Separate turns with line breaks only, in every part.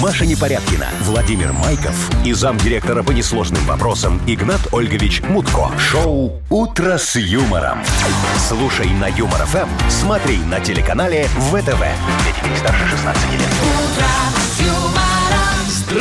Маша Непорядкина, Владимир Майков и замдиректора по несложным вопросам Игнат Ольгович Мутко. Шоу «Утро с юмором». Слушай на Юмор ФМ, смотри на телеканале ВТВ. Для детей старше 16 лет.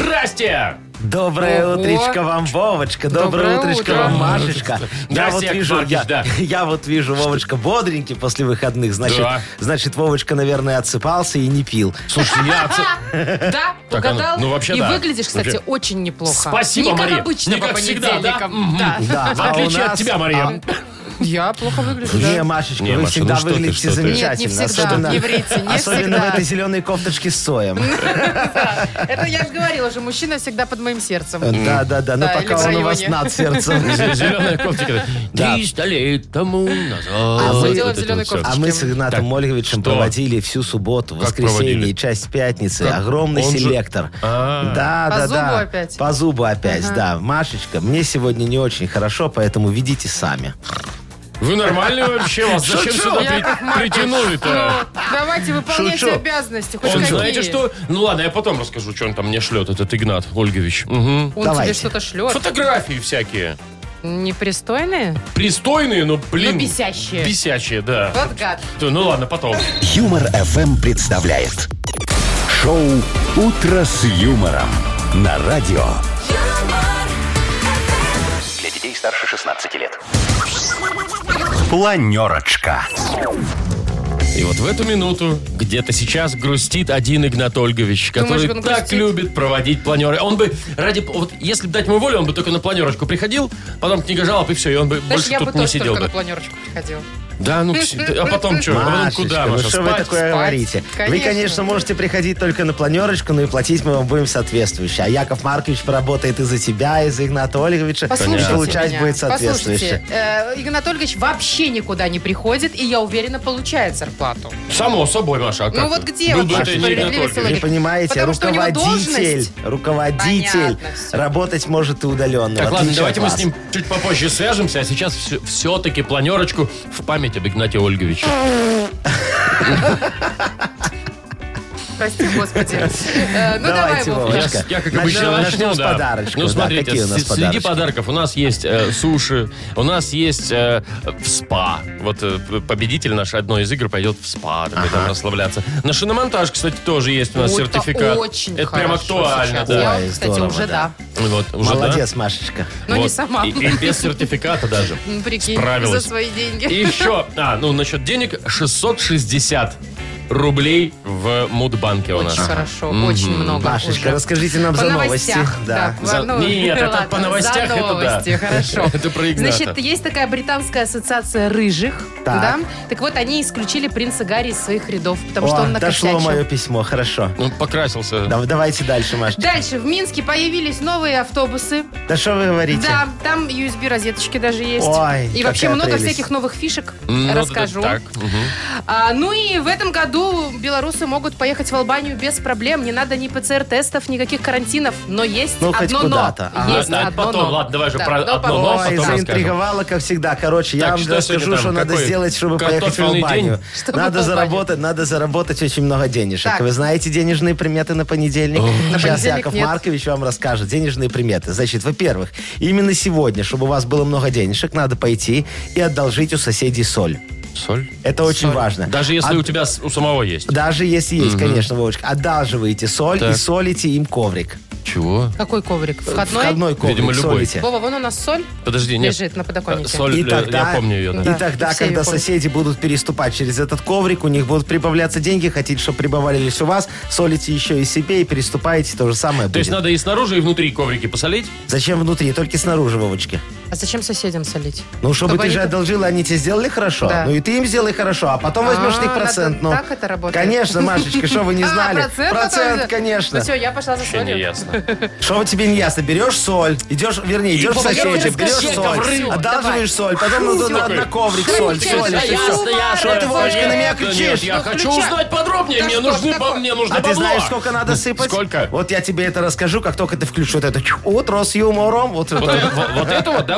Здрасте!
Доброе
Ого.
утречко вам, Вовочка. Доброе,
Доброе
утречко
утро.
вам, Машечка. Я
Здрасте,
вот
Яков
вижу,
Маркович,
я,
да.
я вот вижу, Вовочка бодренький после выходных. Значит,
Да.
значит, Вовочка, наверное, отсыпался и не пил.
Слушай, я... оце-
Да,
Так,
угадал.
оно- ну, вообще
И
да.
выглядишь, кстати,
Вообще.
очень неплохо.
Спасибо,
Не как
Мария.
обычно
Не
по
как всегда, да?
понедельникам. Да?
Да,
В
а у
отличие
нас- А,
от тебя, Мария.
Я плохо выгляжу,
Не,
да?
Машечка,
Не,
вы
Маша,
всегда
ну что ты,
выглядите
что ты.
замечательно.
Нет, не всегда.
Особенно,
Еврейцы, не
особенно
всегда.
в этой зеленой кофточке с соем.
Это я же говорила же, мужчина всегда под моим сердцем.
Да, да, да. Но
Да, или
пока
в
он у вас
районе.
над сердцем.
Зеленая кофтика.
Да.
Триста лет тому назад.
А мы-
Вот
делаем
это
зеленую
вот всё.
кофту.
А мы с Игнатом
Так,
Ольговичем
что?
проводили всю субботу, воскресенье
проводили?
и часть пятницы. Огромный
Он же-
селектор.
А.
Да,
По
да,
зубу
да.
опять?
По зубу опять, да. Машечка, мне сегодня не очень хорошо, поэтому ведите сами.
Вы нормальные вообще? Вас зачем
Шучу.
сюда
Яков
при-
Маркович,
притянули-то?
ну, давайте выполняйте
Шучу.
обязанности, хоть
Он,
какие.
знаете что? Ну ладно, я потом расскажу, что он там мне шлет, этот Игнат Ольгович. Мгм.
Он
Давайте.
тебе что-то шлет.
Фотографии всякие.
Непристойные?
Пристойные, но, блин...
Но бесящие.
Бесящие, да.
Вот гад.
Всё, Ну ладно, потом.
Юмор ФМ представляет. Шоу «Утро с юмором» на радио. Для детей старше 16 лет. Планерочка.
И вот в эту минуту где-то сейчас грустит один Игнат Ольгович, который
он
так
грустит?
любит проводить планеры. Он бы ради... Вот если бы дать ему волю, он бы только на планерочку приходил, потом книга жалоб и все, и он бы
Знаешь,
больше
я
тут
бы
не
тоже
сидел
только на
бы.
планерочку приходила.
Да, ну, кс- а потом что? А потом
Машечка,
куда,
ну
Маша?
что вы
Спать?
такое
спать?
говорите? Вы,
Конечно.
конечно, можете приходить только на планерочку, но и платить мы вам будем соответствующе. А Яков Маркович поработает и за тебя, и за Игната Ольговича.
Послушайте
и получать
меня.
будет соответствующе.
Послушайте, э, Игнат Ольгович вообще никуда не приходит, и я уверена, получает зарплату.
Само собой, Маша. а
Ну
как
вот
ты?
где
Ну,
вот
да это
ваша
не
справедливость
Игнат
и
Ольгович.
Вы
логика?
понимаете,
Потому что у него
руководитель,
должность.
руководитель
Понятно всё.
работать может и удаленно.
Так,
в
ладно,
отличие
давайте
от
мы
вас.
с ним чуть попозже свяжемся, а сейчас все- все-таки планерочку в память об Игнате Ольговиче.
Прости, господи. Э, Ну давай,
Давайте,
Вов.
Вова.
Я,
Машка,
я как
начнем-
обычно начну,
начнем с
да.
подарочков,
Ну,
да,
смотрите,
какие у нас
с- среди
подарочки?
подарков у нас есть э, суши, у нас есть э, в спа. Вот э, победитель наш одной из игр пойдет в спа, там, и там расслабляться. На шиномонтаж, кстати, тоже есть у нас
Ой, Ну, это
сертификат.
очень
Это прям
хорошо
актуально,
сейчас.
да.
Я,
Ой,
кстати,
здорово,
уже да.
да.
Вот, уже, да?
Молодец, Машечка.
Но не
Вот.
сама.
И, и без сертификата даже.
Ну, Прикинь, за
Справилась.
свои
И
деньги.
еще, а, ну, насчет денег, 660 рублей в Мудбанке у нас.
Очень хорошо, очень
Ну,
много.
Машечка,
уже.
расскажите нам
По
за новости.
новостях, да.
За-
Ну,
Нет, это
ладно,
по новостях, это
за
да.
новости, хорошо.
Это про Игната.
Значит, есть такая британская ассоциация рыжих,
Так.
да? Так вот, они исключили принца Гарри из своих рядов, потому что
О,
он
дошло мое
накосячил.
письмо, хорошо.
Он Ну, покрасился.
Да, Давайте дальше, Машечка.
Дальше, в Минске появились новые автобусы.
Да что вы говорите?
Да, там USB-розеточки даже есть.
Ой,
И вообще
какая
много
прелесть.
всяких новых фишек
Ну, да,
расскажу.
Так, мгм.
А, ну и в этом году белорусы могут поехать в Албанию без проблем. Не надо ни ПЦР-тестов, никаких карантинов. Но есть
Ну, хоть
одно но.
куда-то. Ага.
Есть
Ну, это
одно
потом.
но.
Ладно, давай же
Да,
про
но
одно
потом.
но
Ой,
потом расскажем.
заинтриговала, как всегда. Короче, я
Так,
вам
что
расскажу,
сегодня там,
что надо
какой
сделать, чтобы поехать в
картофельный
Албанию.
день?
Чтобы в
Надо
Албанию.
заработать, надо заработать очень много денежек.
Так.
Вы знаете денежные приметы на понедельник?
На
Сейчас
понедельник
Яков
нет.
Маркович вам расскажет денежные приметы. Значит, во-первых, именно сегодня, чтобы у вас было много денежек, надо пойти и одолжить у соседей соль.
Соль?
Это очень важно. А
Даже если
Од-
у тебя с- у самого есть.
Даже если есть, конечно, Вовочка. Одалживаете соль и
Так.
солите им коврик.
Чего?
Какой коврик? Входной?
Входной коврик
Видимо, любой.
солите.
Вова, вон у нас соль
Подожди, нет.
лежит на подоконнике.
Э, Соль,
И
э,
тогда,
я помню ее, да.
И тогда,
И все
когда
ее помнят.
соседи будут переступать через этот коврик, у них будут прибавляться деньги, хотите, чтобы прибавлялись у вас, солите еще и себе и переступаете, то же самое
То есть
будет.
надо и снаружи, и внутри коврики посолить?
Зачем внутри? Только снаружи, Вовочки.
А зачем соседям солить?
Ну, чтобы,
Чтобы
ты
они
же
тут-
одолжила, они тебе сделали хорошо.
Да.
Ну и ты им сделай хорошо, а потом возьмешь с них
А,
процент.
надо-
ну,
так это работает?
Конечно, Машечка, что вы не
А,
знали?
процент, потом-
конечно.
Ну все, я пошла за
Вообще не
солью.
ясно.
Что тебе не ясно? Берешь соль, идешь, вернее, идешь к
помогаешь
соседям,
раскачать
берешь
ковры.
соль, одалживаешь соль, потом на- на на коврик соль,
Крутишь,
солишь, и
ясно,
все.
ясно.
Что ты, Вовочка, на меня
Нет,
кричишь?
нет, я
Ну,
хочу
включай.
узнать подробнее.
Да
мне,
что ж
нужны, баб-
такое?
мне нужно
А ты
бабло.
знаешь, сколько надо сыпать?
Сколько?
Вот я тебе это расскажу, как только ты включишь вот это «Чух, утро с юмором. Вот это.
Вот, э, вот- вот эту вот, да,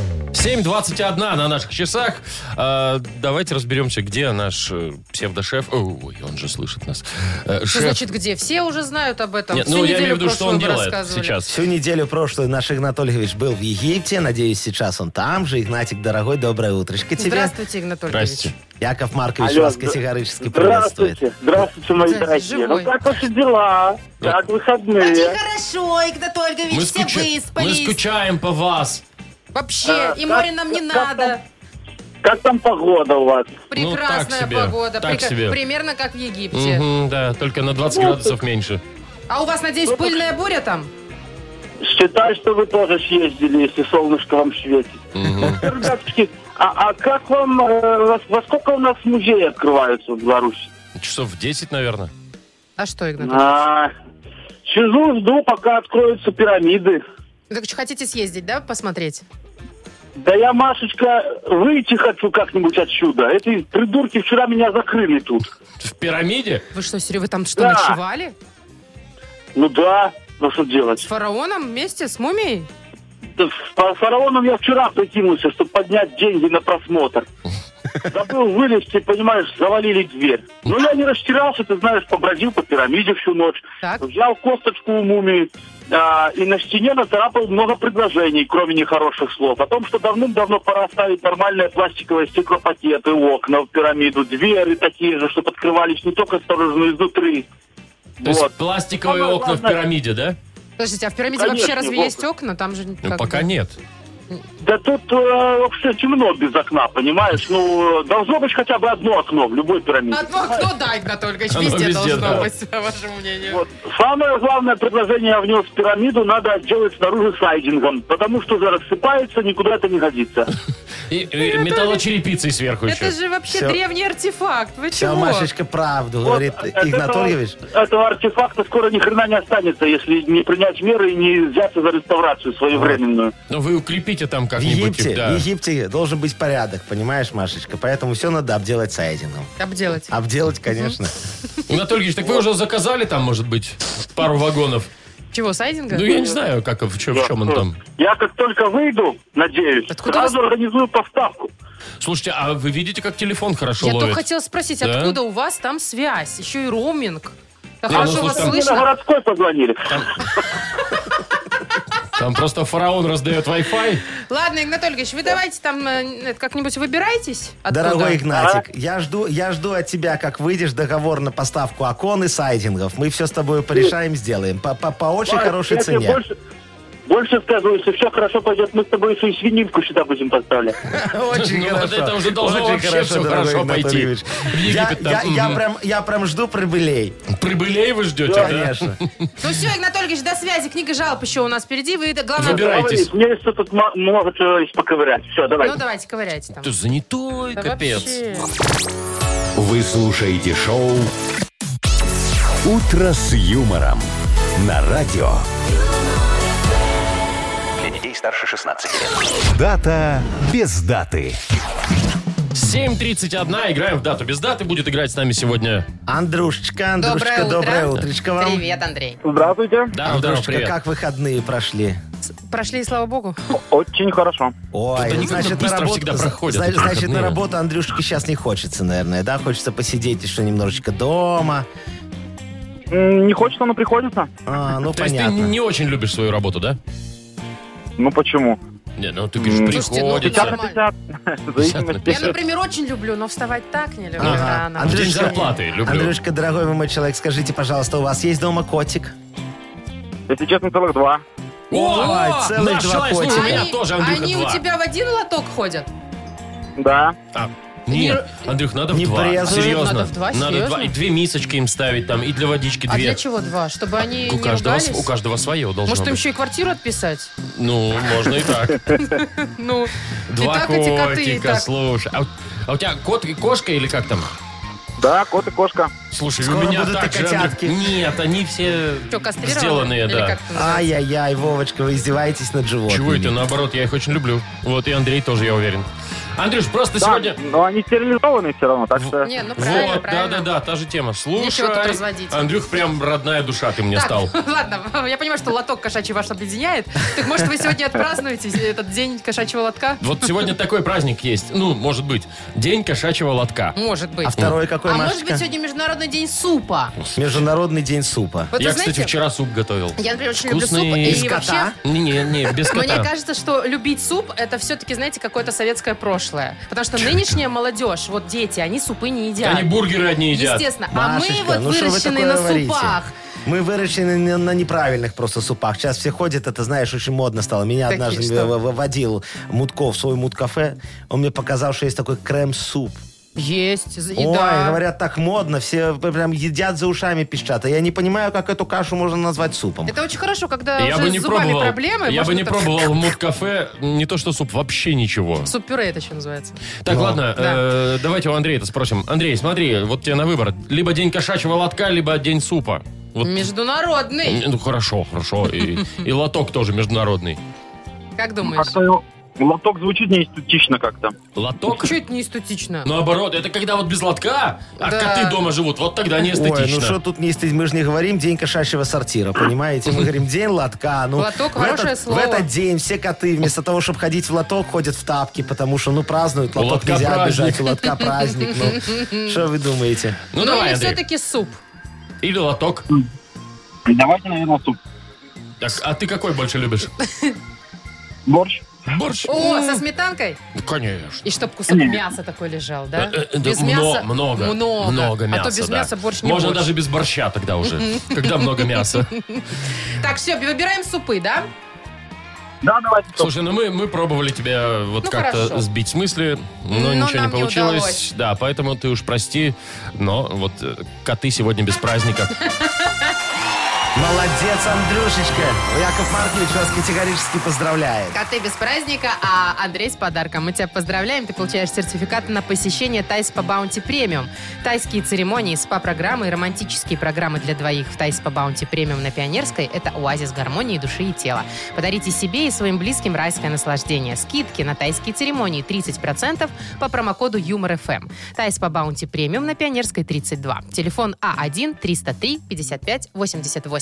7.21 на наших часах. Э, давайте разберемся, где наш э, псевдошеф. О, Ой, он же слышит нас. Э,
Что
шеф.
значит где? Все уже знают об этом.
Нет,
Всю
ну, я
неделю
имею в виду, что он
прошлую вы
делает
рассказывали.
сейчас.
Всю неделю прошлую наш Игнат Ольгович был в Египте. Надеюсь, сейчас он там же. Игнатик, дорогой, доброе утречко тебе.
Здравствуйте, Игнатольевич.
Здрасте.
Яков Маркович
Алло,
вас
зд-
категорически приветствует.
Здравствуйте, здравствуйте, мои
Здравствуйте,
дорогие.
живой.
Ну как ваши дела? Как
Очень
выходные?
хорошо, Игнат Ольгович,
Мы,
все
скуча- мы
выспались.
скучаем по вас.
Вообще,
А,
и
как-
море нам не
как
надо.
Как там погода у вас?
Ну, так
Прекрасная
себе,
погода.
так
прека-
себе.
Примерно как в Египте.
Мгм, да, только на
Ну,
20 градусов меньше.
А у вас, надеюсь, пыльная буря там?
Считай, что вы тоже съездили, если солнышко вам светит. Ребятки, а, а как вам, э, во, во сколько у нас музеи открываются в Беларуси?
Часов в 10, наверное.
А что, Игнат?
А, сижу, жду, пока откроются пирамиды.
Так что хотите съездить, да, посмотреть?
Да я, Машечка, выйти хочу как-нибудь отсюда. Эти придурки вчера меня закрыли тут.
В пирамиде?
Вы что, Серега, вы там что,
Да.
ночевали?
Ну да, ну что
С
делать?
фараоном вместе, с мумией?
Да с Э, По фараоном я вчера прикинулся, чтобы поднять деньги на просмотр. Забыл вылезти, понимаешь, завалили дверь. Но я не растерялся, ты знаешь, побродил по пирамиде всю ночь.
Так.
Взял косточку у мумии а, и на стене нацарапал много предложений, кроме нехороших слов. О том, что давным-давно пора ставить нормальные пластиковые стеклопакеты, окна в пирамиду, двери такие же, чтобы открывались не только снаружи, но и изнутри.
То есть
Вот.
пластиковые
Самое
окна в
главное-
пирамиде, да?
Подождите, а в пирамиде
Конечно,
вообще разве
Вова.
есть окна? Там же
Ну,
как
пока
бы-
нет.
Да тут э, вообще темно без окна, понимаешь? Ну, должно быть хотя бы одно окно в любой пирамиде.
Одно окно, да, Игнатольевич,
Оно
везде
везде, да.
должно быть, по вашему мнению.
Вот. Самое главное предложение я внес в пирамиду, надо отделать снаружи сайдингом, потому что уже рассыпается, никуда это не годится.
И, и металлочерепицей сверху еще.
Ну, Это же вообще
Всё.
древний артефакт. Вы
Все,
чего?
Машечка, правду
Вот
говорит
от
Игнат
этого-
Ольгович.
Этого артефакта скоро ни хрена не останется, если не принять меры и не взяться за реставрацию своевременную.
Ну, вы укрепите там
В
как-нибудь. их,
Египте,
да.
в Египте должен быть порядок, понимаешь, Машечка? Поэтому все надо обделать сайдингом.
Обделать.
Обделать, конечно.
Игнат Ольгич, так вы уже заказали там, может быть, пару вагонов?
Чего, сайдинга?
Ну, я не знаю, как, в чем, в чем он там.
Я как только выйду, надеюсь,
Откуда
сразу
вы-
организую поставку.
Слушайте, а вы видите, как телефон хорошо
Я только
ловит?
хотела спросить,
Да?
откуда у вас там связь? Еще и роуминг. Так
Не, ну,
хорошо вас
слушай, там-
Мне на
слышно.
городской позвонили.
Там просто фараон раздает Wi-Fi.
Ладно, Игнат Ольгович, вы давайте там э, это, как-нибудь выбирайтесь оттуда.
Дорогой
А?
Игнатик, я жду, я жду от тебя, как выйдешь, договор на поставку окон и сайдингов. Мы все с тобой порешаем, сделаем. По, по- по очень
Маш,
хорошей
я тебе
цене.
Больше, больше скажу, если все хорошо пойдет, мы с тобой еще и свининку сюда будем поставлять.
Очень
Ну, вот
хорошо.
это уже должно
Очень
вообще всё
дорогой
хорошо
Игнат
пойти.
Ольгович.
В
Я,
Египет там,
я- я
мгм.
прям, я прям жду прибылей,
Прибылей вы ждете, да?
конечно.
Ну все, Игнат Ольгович, до связи. Книга жалоб еще у нас впереди. Вы, да, главное...
Выбирайтесь.
Мне еще тут ма- много чего есть поковырять. Все, давай.
Ну давайте, ковыряйте там.
Ты занятой,
Да
капец.
вообще.
Вы слушаете шоу «Утро с юмором» на радио.
Для детей старше 16 лет.
Дата без даты.
7.31, играем в дату без даты. Будет играть с нами сегутся.
Андрушечка, Андрушечка,
утро.
доброе утречко вам.
Привет, Андрей.
Здравствуйте.
Да, здорово,
Андрушечка,
привет.
А как выходные прошли?
Прошли, и слава богу.
Очень хорошо.
Тут
Ой,
они как-то
значит, на
быстро
работу,
всегда
зна-
проходят,
зна-
эти
значит,
выходные.
на работу Андрюшке сейчас не хочется, наверное, да? Хочется посидеть еще немножечко дома.
М, Не хочется, но приходится.
А, ну,
То есть ты не
понятно.
не очень любишь свою работу, да?
Ну почему?
Не, ну ты говоришь,
М.
Слушайте, ну,
приходится.
хотя бы-
50 В зависимости.
Я, например, очень люблю, но вставать так не люблю
Ага.
рано.
А В день
Андрюшка-
зарплаты люблю.
Андрюшка, дорогой вы мой человек, скажите, пожалуйста, у вас есть дома котик?
Если честно, целых два.
Ой,
О,
целых
наш
два
человек, слушай, у
котика.
меня
Они,
тоже, Андрюха,
они у
два.
тебя в один лоток ходят?
Да.
А, Нет, Андрюх, надо в
Не
два.
брезгуй.
Серьезно.
Надо в два,
Надо
серьезно?
И две мисочки им ставить там, и для водички
А для
две.
чего два? Чтобы они
У
не
каждого,
ругались?
с- у каждого свое должно
Может, им
быть.
еще и квартиру отписать?
Ну, можно и так.
Ну, и
Два
так эти коты, и
котика,
так.
слушай. А у- А у тебя кот и кошка или как там?
Да, кот и кошка.
Слушай,
Скоро
у меня
будут и
так же,
котятки.
Андрюх. Нет, они все
Что, кастрированы?
сделанные,
Или
да.
как
А
это называется?
Ай-яй-яй, Вовочка, вы издеваетесь над животными. А
Чего это, наоборот, я их очень люблю. Вот и Андрей тоже, я уверен. Андрюш, просто сегодня...
но они стерилизованы все равно, так что...
Не, ну правильно,
Вот,
правильно.
да-да-да, та же тема. Слушай,
Нечего тут разводить.
Андрюх, прям родная душа ты мне
Так,
стал.
ладно, я понимаю, что лоток кошачий ваш объединяет. Так может вы сегодня отпразднуете этот день кошачьего лотка?
Вот сегодня такой праздник есть. Ну, может быть. День кошачьего лотка.
Может быть.
А второй какой,
А может
Машечка?
быть сегодня Международный день супа?
Международный день супа.
Вот
Я,
вы
кстати,
знаете,
вчера суп готовил.
Я, например, очень люблю
Вкусный.
суп. И
Без
вообще,
Не-не-не, без кота.
Мне кажется, что любить суп это все-таки, знаете, какое-то советское прошлое. Потому что нынешняя молодежь, вот дети, они супы не едят.
Они бургеры одни едят.
Естественно.
Машечка,
а мы вот
ну что вы
выращены
такое
на
говорите?
супах.
Мы выращены на, на неправильных просто супах. Сейчас все ходят, это, знаешь, очень модно стало. Меня
Такие
однажды
что?
в- в- водил Мутко в свой мут-кафе. Он мне показал, что есть такой крем-суп.
Есть. за- и
Ой,
да.
говорят, так модно. Все прям едят за ушами пищат. А я не понимаю, как эту кашу можно назвать супом.
Это очень хорошо, когда
Я
уже
бы не
с зубами
пробовал.
проблемы.
я бы
можно
не
так-
пробовал в муд-кафе не то что суп, вообще ничего.
Суп-пюре это еще называется.
Так, ладно,
Ну, да.
э, давайте у Андрея это спросим. Андрей, смотри, вот тебе на выбор. Либо день кошачьего лотка, либо день супа. Вот,
Международный.
ну, хорошо, хорошо. И, и лоток тоже международный.
Как думаешь?
Ну, а
Как-то лоток звучит неэстетично как-то.
Лоток?
Чуть не эстетично.
Наоборот, это когда вот без лотка, а
Да.
коты дома живут. Вот тогда не эстетично.
Ой, ну что тут не эстетично? Мы же не говорим день кошачьего сортира, понимаете? Мы говорим день лотка. Ну,
Лоток
в
хорошее
этот-
слово.
В этот день все коты вместо того, чтобы ходить в лоток, ходят в тапки, потому что, ну, празднуют. Лоток
лотка
нельзя
праздник.
обижать, у лотка праздник. Ну, что вы думаете?
Ну,
Ну,
давай,
или
Андрей.
все-таки суп.
Или лоток.
Давайте, наверное, суп.
Так, а ты какой больше любишь?
Борщ.
Борщ?
О,
М,
со сметанкой?
ну, Конечно.
И чтоб кусок мяса такой лежал, да?
Э, э, да, мно- много,
Много.
много мяса,
А то без
да.
мяса борщ не
Можно
борщ.
даже без борща тогда уже, когда много мяса.
Так, все, выбираем супы, да?
Да, давайте суп.
Слушай, ну мы, мы пробовали тебя вот
Ну,
как-то
хорошо.
сбить с мысли, но,
Но
ничего не
нам не
получилось.
удалось.
да, поэтому ты уж прости, но вот э, коты сегодня без праздника.
Молодец, Андрюшечка. Яков Маркович вас категорически поздравляет.
Коты без праздника, а Андрей с подарком. Мы тебя поздравляем, ты получаешь сертификат на посещение Тайс по Баунти Премиум. Тайские церемонии, спа-программы и романтические программы для двоих в Тайс по Баунти Премиум на Пионерской – это оазис гармонии души и тела. Подарите себе и своим близким райское наслаждение. Скидки на тайские церемонии 30% по промокоду Юмор ФМ. Тайс по Баунти Премиум на Пионерской 32. Телефон А А1-303-55-88.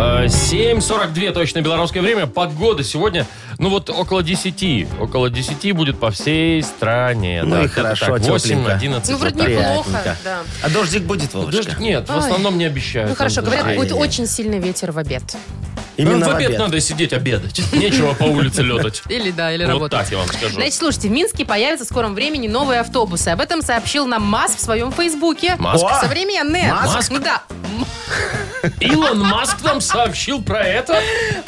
Э, 7.42 точно белорусское время. Погода сегодня, ну вот около 10. Около 10 будет по всей стране.
Ну
да,
и
где-то
хорошо,
так, 8,
тепленько.
11.
Ну,
вот
вроде
так. Ну,
неплохо,
Приятненько.
да.
А дождик будет, Вовочка?
Дождь нет, в
Ай.
основном не обещают.
Ну хорошо,
нам
говорят,
дождей.
будет
Ай-яй-яй.
очень сильный ветер в обед.
Ну,
Именно в обед.
надо сидеть обедать. Нечего по улице летать.
Или да, или
Вот
работать.
так я вам скажу.
Значит, слушайте, в Минске появятся в скором времени новые автобусы. Об этом сообщил нам МАС в своем фейсбуке.
Маск?
О!
Современные.
Маск?
Ну да.
Илон Маск нам сообщил про это?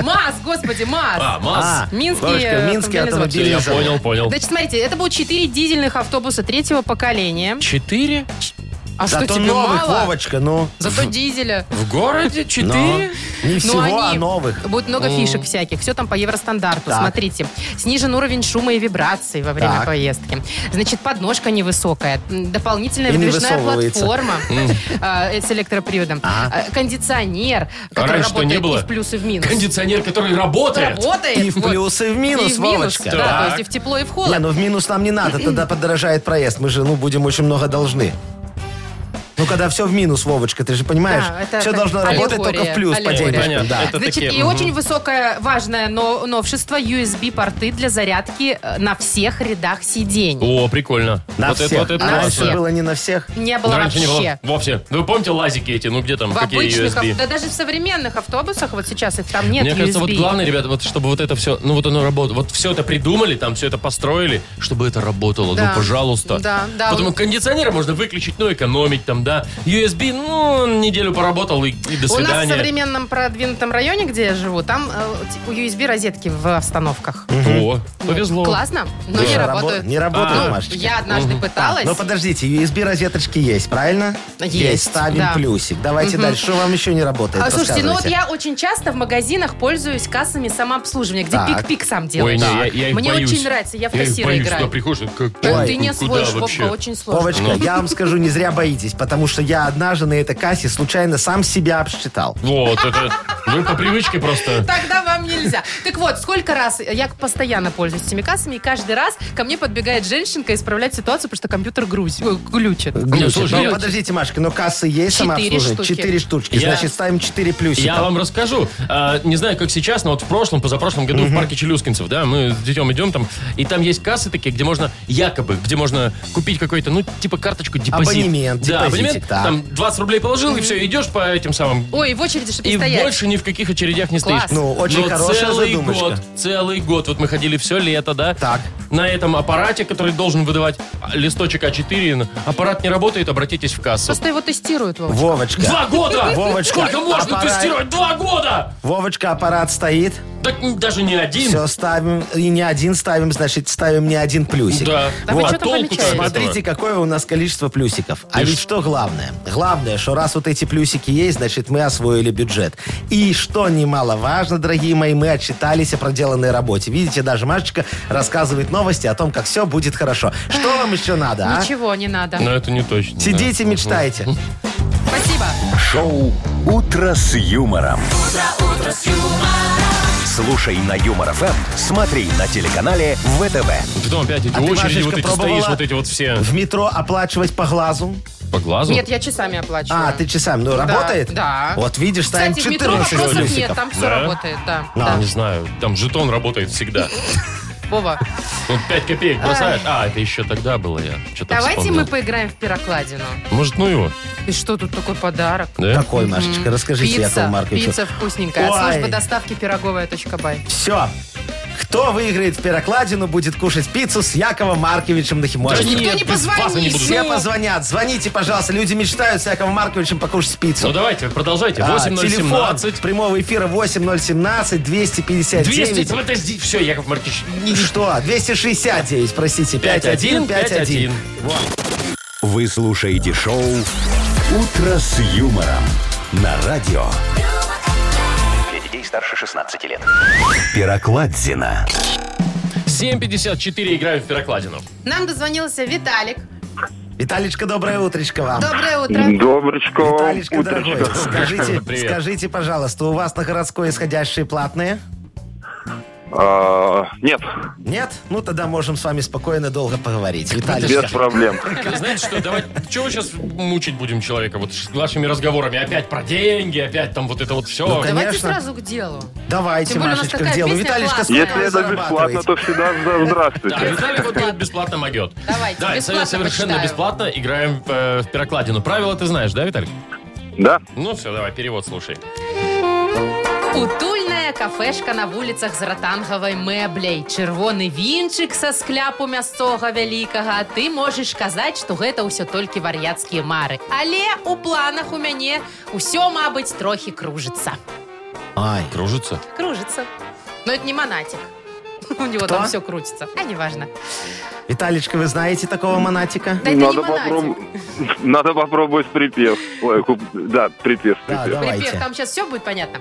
МАС, господи, МАС.
А, ну.
А,
Маск.
Минский,
Вовочка,
э,
Минский
Всё,
автомобильный
автомобильный
Я
завод.
понял, понял.
Значит, смотрите, это будет 4 дизельных автобуса третьего поколения.
Четыре?
А что
Зато
тебе
новых,
мало?
Вовочка, ну.
Зато дизеля.
В городе
Но
четыре?
Ну, Не всего,
Ну, они-
а новых.
Будет много фишек всяких. Все там по евростандарту.
Так.
Смотрите. Снижен уровень шума и вибраций во время
Так.
поездки. Значит, подножка невысокая. М, Дополнительная
И не
выдвижная
высовывается. А.
платформа э, с электроприводом. Э, Кондиционер, который
А раньше-то
работает
не было?
и в плюс, и в минус.
Кондиционер, который работает.
Работает.
И в
вот.
плюс, и в
И
минус,
в минус,
Вовочка.
да, то
Так.
есть и в тепло, и в
Не,
холод.
ну в минус нам не надо, тогда подорожает проезд. Мы же, ну, будем очень много должны. Ну, когда все в минус, Вовочка, ты же понимаешь,
Да, А, это
все
так,
должно работать
аллегория,
только в плюс по
аллегория.
денежкам.
Понятно.
Да.
Это
Значит,
такие,
и
мгм.
очень высокое важное но- новшество USB-порты для зарядки э, на всех рядах сидений.
О, прикольно.
На
вот
всех. А
это, вот это
На
классно. Ну,
Раньше
всех.
было не на всех.
Не было
Раньше не
вообще.
было вовсе. Ну, Вы помните лазики эти? Ну, где там,
В
какие
обычных,
USB?
ав- да даже в современных автобусах вот сейчас их там нет
Мне кажется,
USB.
вот главное, ребята, вот чтобы вот это все, ну вот оно работало, вот все это придумали, там все это построили, чтобы это работало,
Да.
ну пожалуйста.
Да, да.
Потому
Вот-
кондиционеры можно выключить, ну экономить там, да. USB, ну он неделю поработал и, и до
У нас в
свидания.
современном продвинутом районе, где я живу, там э, USB розетки в остановках.
О, повезло.
Классно, но
Да.
Ну, не Ну,
Рабо-
работают.
не А, ну, работают, Машечка.
Я однажды пыталась.
Но подождите, USB-розеточки есть, правильно?
Есть,
Ставим
да.
плюсик. Давайте дальше. Что вам еще не работает?
А, слушайте, ну вот
Рассказывайте.
я очень часто в магазинах пользуюсь кассами самообслуживания, где
Так.
пик-пик сам
Ой,
делает.
не, я, я их
Мне
боюсь.
очень нравится, я в
их
кассира
боюсь,
играю.
Сюда приходишь, как,
Так
ой,
ты не
куда
освоишь, Вовка,
вообще?
очень сложно.
Вовочка, я вам скажу, не зря боитесь, потому потому что я однажды на этой кассе случайно сам себя обсчитал.
Вот, это... Вы по привычке просто...
Тогда вам нельзя. Так вот, сколько раз я постоянно пользуюсь этими кассами, и каждый раз ко мне подбегает женщинка исправлять ситуацию, потому что компьютер грузит, глючит.
Глючит.
Не, слушай,
Ну,
я-
подождите, Машка, но кассы есть
Четыре
самообслуживание?
штуки.
Четыре штучки.
Я-
Значит, ставим четыре плюсика.
Я вам расскажу. А, не знаю, как сейчас, но вот в прошлом, позапрошлом году в парке Челюскинцев, да, мы с детем идем там, и там есть кассы такие, где можно якобы, где можно купить какой-то, ну, типа карточку депозит.
Абонемент,
да, абонемент.
депозитик, да.
Там 20 рублей положил, и все, идешь по этим самым...
Ой, в очереди, чтобы
И
не стоять.
больше ни в каких очередях не
Класс.
стоишь.
Ну, очень
Но
хорошая
целый
задумочка.
год, целый год. Вот мы ходили все лето, да?
Так.
На этом аппарате, который должен выдавать а, листочек А4, аппарат не работает, обратитесь в кассу.
Просто его тестируют, Вова.
Вовочка,
Два года!
Вовочка,
Сколько можно
аппарат-
тестировать? Два года!
Вовочка, аппарат стоит.
Так м, даже не один.
Все, ставим. И не один ставим, значит, ставим не один плюсик.
Да.
Да А вы
Вот,
чё там
толку-то
помечаете?
от этого?
Смотрите, какое у нас количество плюсиков. А
И
ведь
ш-
что главное? Главное, что раз вот эти плюсики есть, значит, мы освоили бюджет. И что немаловажно, дорогие мои, мы отчитались о проделанной работе. Видите, даже Машечка рассказывает новости о том, как все будет хорошо. Что вам еще надо, а?
Ничего не надо.
Но это не точно. да.
Сидите, мечтайте.
Спасибо.
Шоу «Утро с юмором». Слушай на Юмор ФМ, смотри на телеканале ВТВ.
Ты там опять эти
А ты,
очереди,
Машечка,
вот эти
пробовала?
стоишь, вот эти вот все
В метро оплачивать по глазу.
по глазу.
Нет, я часами оплачиваю.
А, ты часами. Ну, работает?
да.
Вот видишь, ставим
Кстати, в метро
14
вопросов нет,
плюсиков.
там все
Да? Ну,
работает, да.
Да.
Не знаю, там жетон работает всегда.
да. Вова,
Вот 5 копеек бросают. А, это еще тогда было я. Что-то
давайте
вспомнил.
мы поиграем в пирокладину.
Может, ну его?
И что тут такой подарок?
Да?
Какой, Машечка? Расскажите, Якову
Пицца,
Марковичу.
пицца вкусненькая. От
Ой.
службы доставки пироговая.бай.
Все. Кто выиграет в перокладину, будет кушать пиццу с Яковом Марковичем
Да
Нахимовичем.
нет,
не
без вас
позвонит.
они будут.
Все позвонят. Звоните, пожалуйста. Люди мечтают с Яковом Марковичем покушать пиццу.
Ну давайте, продолжайте.
А,
8017.
телефон прямого эфира 8017
200,
259.
подожди, все, Яков Маркович.
И Ну Что? 269, простите.
51, 51.
5151.
Вы слушаете шоу «Утро с юмором» на радио
Для детей старше 16 лет.
Пирокладзина.
7.54, играем в пирокладину.
Нам дозвонился Виталик.
Виталичка, доброе утречко вам.
Доброе утро.
Добречко вам,
Виталичка, дорогой,
утречко.
скажите,
Привет.
скажите, пожалуйста, у вас на городской исходящие платные?
А, Нет,
Нет? Ну, тогда можем с вами спокойно долго поговорить. Виталичка,
без проблем.
Знаете что, давайте, чего вы сейчас мучить будем человека вот с вашими разговорами? Опять про деньги, опять там вот это вот все.
Ну,
Давайте
конечно.
сразу к делу.
давайте,
Тем более у нас
Машечка,
такая
к делу.
песня
Виталичка,
классная.
сколько
Если
вы
это бесплатно,
зарабатываете?
то всегда за-
Да,
здравствуйте.
Виталик А вот тут бесплатно могет.
Давайте,
Да, и
бесплатно
совершенно
почитаю.
бесплатно играем э, в пирокладину. Правила ты знаешь, да, Виталик?
Да?
Ну все, давай, перевод слушай.
Утульная кафешка на вулицах з ратанговай мэбляй. Чырвоны вінчык са скляпу мясцога вялікага. Ты можаш казаць, што гэта ўсё толькі вар'яцкія мары. Але у планах у мяне ўсё, мабыць, трохі кружыцца.
Ай,
Кружится.
Кружится. Но это не монатик. У него
Кто?
там все крутится. А неважно.
Виталичка, вы знаете такого монатика?
Да это не
Надо,
монатик.
попроб- Надо попробовать припев. Ой, куп- Да, припев,
Да,
припев.
Припев,
давайте.
там сейчас все будет понятно.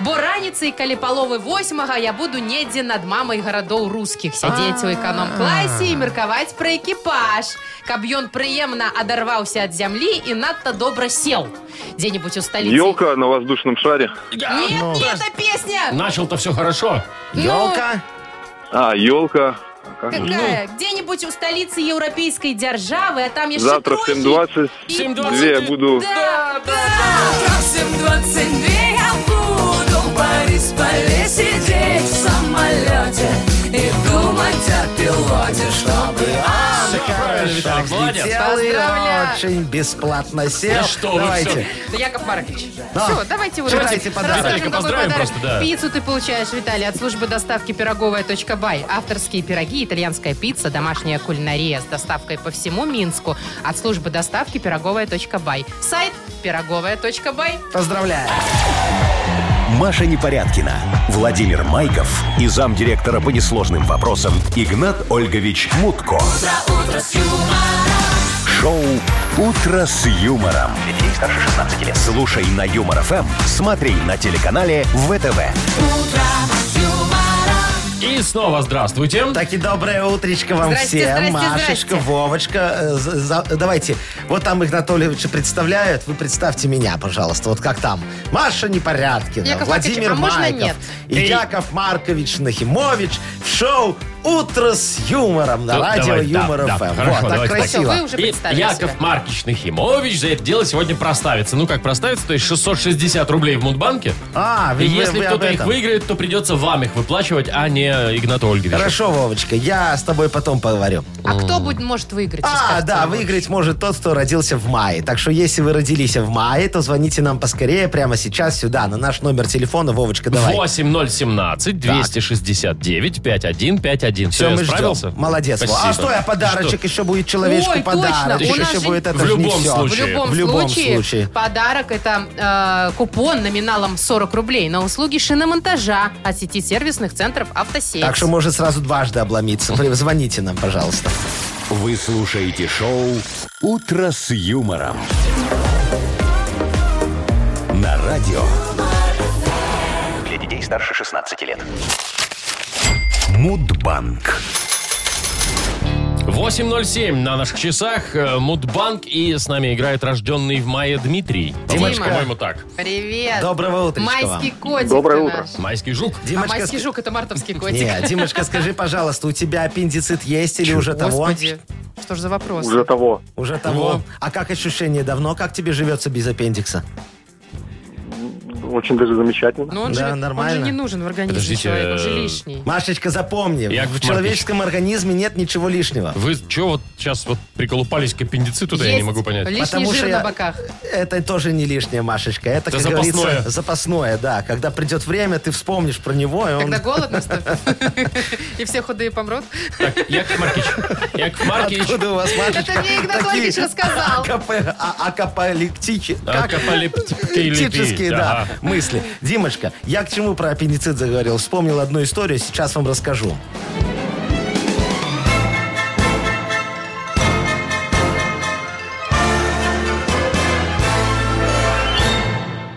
Бо раніцай, калі паловы восьмага, я буду недзе над мамай гарадоў рускіх сядзець у
А.
эканом-класе і меркаваць пра экіпаж, каб ён прыемна адарваўся ад зямлі і надта добра сел. Дзе-нибудь у сталіцы.
Елка на воздушном шаре.
Я-
Нет,
Ну.
не эта песня!
Начал-то все хорошо.
Ну,
Елка?
А, елка. А как же?
Какая? Где-нибудь у столицы европейской державы, а там еще
Завтра в
трохи
7.20
и-
7.20.
две буду.
Да, да.
я буду в Борис поле сидеть в самолете и думать о пилоте, чтобы
Все правильно, Виталик, молодец.
Целый
Ну, Поздравляю.
очень бесплатно сел.
Ну что вы,
давайте.
Да, Яков Маркович.
Да.
Все, давайте уже.
Читайте подарок.
Расскажем, какой
Поздравим
подарок.
просто, да.
Пиццу ты получаешь, Виталий, от службы доставки пироговая.бай. Авторские пироги, итальянская пицца, домашняя кулинария с доставкой по всему Минску. От службы доставки пироговая.бай. Сайт пироговая.бай.
Поздравляю.
Маша Непорядкина, Владимир Майков и замдиректора по несложным вопросам Игнат Ольгович Мутко. Шоу «Утро с юмором».
Для детей старше 16 лет.
Слушай на Юмор ФМ, смотри на телеканале ВТВ.
И снова здравствуйте.
Так и доброе утречко вам
Здрасте,
всем.
здрасте,
Машечка,
здрасте.
Вовочка. э, за- за- давайте, вот там Игнатольевича представляют. Вы представьте меня, пожалуйста. Вот как там. Маша Непорядкина,
Яков Маркович,
Владимир
а можно
Майков
нет?
и Яков Маркович Нахимович в шоу «Утро с юмором» на
Да,
радио
Ну, давай, да,
Юмор
да,
ФМ.
хорошо,
вот, так
давайте так.
Все,
красиво.
вы уже
И
представили себя.
Яков Маркич Нахимович за это дело сегодня проставится. Ну как проставится, то есть 660 рублей в Мудбанке.
А, вы-
И
вы-
если
вы об
кто-то их
этом.
выиграет, то придется вам их выплачивать, а не Игнату Ольговичу.
Хорошо, Вовочка, я с тобой потом поговорю.
А кто будет, может выиграть? сейчас,
А,
скажете
да,
нам?
выиграть может тот, кто родился в мае. Так что, если вы родились в мае, то звоните нам поскорее прямо сейчас сюда, на наш номер телефона. Вовочка, давай.
8017 269 5151.
Всё,
Все, я справился?
ждем. Молодец. Вова.
Спасибо.
А что, а подарочек
Что?
еще будет человечку
Ой,
подарок.
точно, у
еще
нас же
будет это
в
ж не
любом
всё.
случае.
В любом,
В любом
случае,
случае.
подарок это э, купон номиналом 40 рублей на услуги шиномонтажа от сети сервисных центров «Автосеть».
Так что может сразу дважды обломиться. При- Звоните нам, пожалуйста.
А
Вы слушаете шоу «Утро с юмором». На радио
Для детей старше 16 лет.
Мудбанк.
8.07 на наших часах. э, Мудбанк. И с нами играет рожденный в мае Дмитрий. По-моему,
Димочка.
По-моему, так.
Привет.
Доброго утречка
Майский
вам.
котик.
Доброе
ты
утро.
наш.
Майский жук.
А
Димочка,
майский
ск-
жук это мартовский котик.
Не, Димочка, скажи, пожалуйста, у тебя аппендицит есть или уже того?
Господи, что ж за вопрос?
Уже того.
Уже того.
Во.
А как ощущение давно? Как тебе живется без аппендикса?
Очень даже замечательно.
Ну, он,
Да,
же, он же
нормально.
не нужен в организме
Подождите,
человека, он
э,
же лишний.
Машечка, запомни,
Яков
в человеческом организме нет ничего лишнего.
Вы что вот сейчас вот приколупались к аппендициту, да я не
Есть
могу понять.
Лишний
Потому
жир
что
на
я-
боках.
Это тоже не лишнее, Машечка.
Это
Это, как
запасное.
говорится, запасное, да. Когда придет время, ты вспомнишь про него, и он...
Когда голод наступит, и все худые помрут.
Так, Яков Маркич. Яков Маркич.
Откуда у вас, Машечка?
Это мне Игнат Ольгич
такие
рассказал.
акапе- а- акапаликтичи- как?
Акапалиптический,
Тические, да, мысли. Димочка, я к чему про аппендицит заговорил? Вспомнил одну историю, сейчас вам расскажу.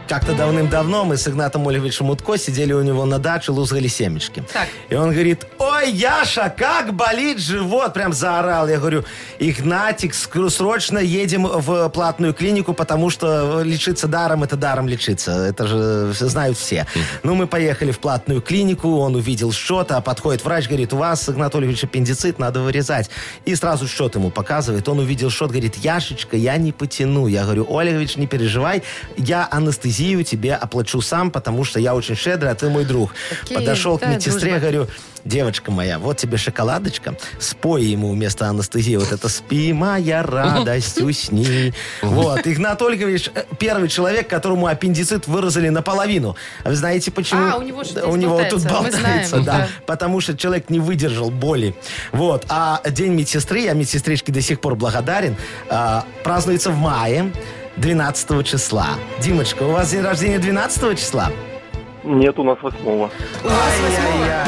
Как-то давным-давно мы с Игнатом Ольговичем Мутко сидели у него на даче, лузгали семечки.
Так.
И он говорит, ой, Яша, как болит живот! Прям заорал. Я говорю, Игнатик, ск- срочно едем в платную клинику, потому что лечиться даром, это даром лечиться. Это же все знают все. Ну, мы поехали в платную клинику, он увидел счет, а подходит врач, говорит, у вас, Игнат Ольгович, аппендицит, надо вырезать. И сразу счет ему показывает. Он увидел счет, говорит, Яшечка, я не потяну. Я говорю, Ольгович, не переживай, я анестезию тебе оплачу сам, потому что я очень щедрый, а ты мой друг.
Какие,
Подошел к
да,
медсестре,
дружба.
говорю, девочка моя, вот тебе шоколадочка, спой ему вместо анестезии вот это «Спи, моя радость, усни». Вот, Игнат Ольгович э, первый человек, которому аппендицит выразили наполовину. А Вы знаете почему?
А, у него же
Да,
здесь
у него тут
болтается, мы
болтается,
знаем, да.
да. Потому что человек не выдержал боли. Вот, а День медсестры, я медсестричке до сих пор благодарен, а, празднуется в мае. 12 числа. Димочка, у вас день рождения 12 числа?
Нет, у нас восьмого.
У вас восьмого.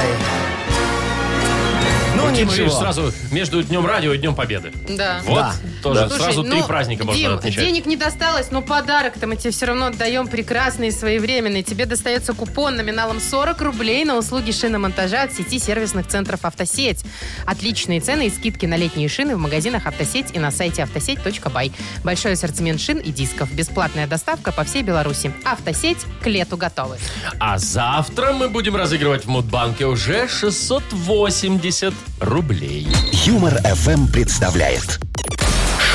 Дима,
Ну, ничего.
видишь, типа, сразу между Днем Радио и Днем Победы.
Да.
Вот,
Да.
тоже
Слушай,
сразу
ну,
три праздника
Дим,
можно отмечать.
денег не досталось, но подарок-то мы тебе все равно отдаем прекрасный и своевременный. Тебе достается купон номиналом 40 рублей на услуги шиномонтажа от сети сервисных центров «Автосеть». Отличные цены и скидки на летние шины в магазинах «Автосеть» и на сайте автосеть.бай. Большой ассортимент шин и дисков. Бесплатная доставка по всей Беларуси. «Автосеть» к лету готовы.
А завтра мы будем разыгрывать в Мудбанке уже 680 рублей.
Юмор FM представляет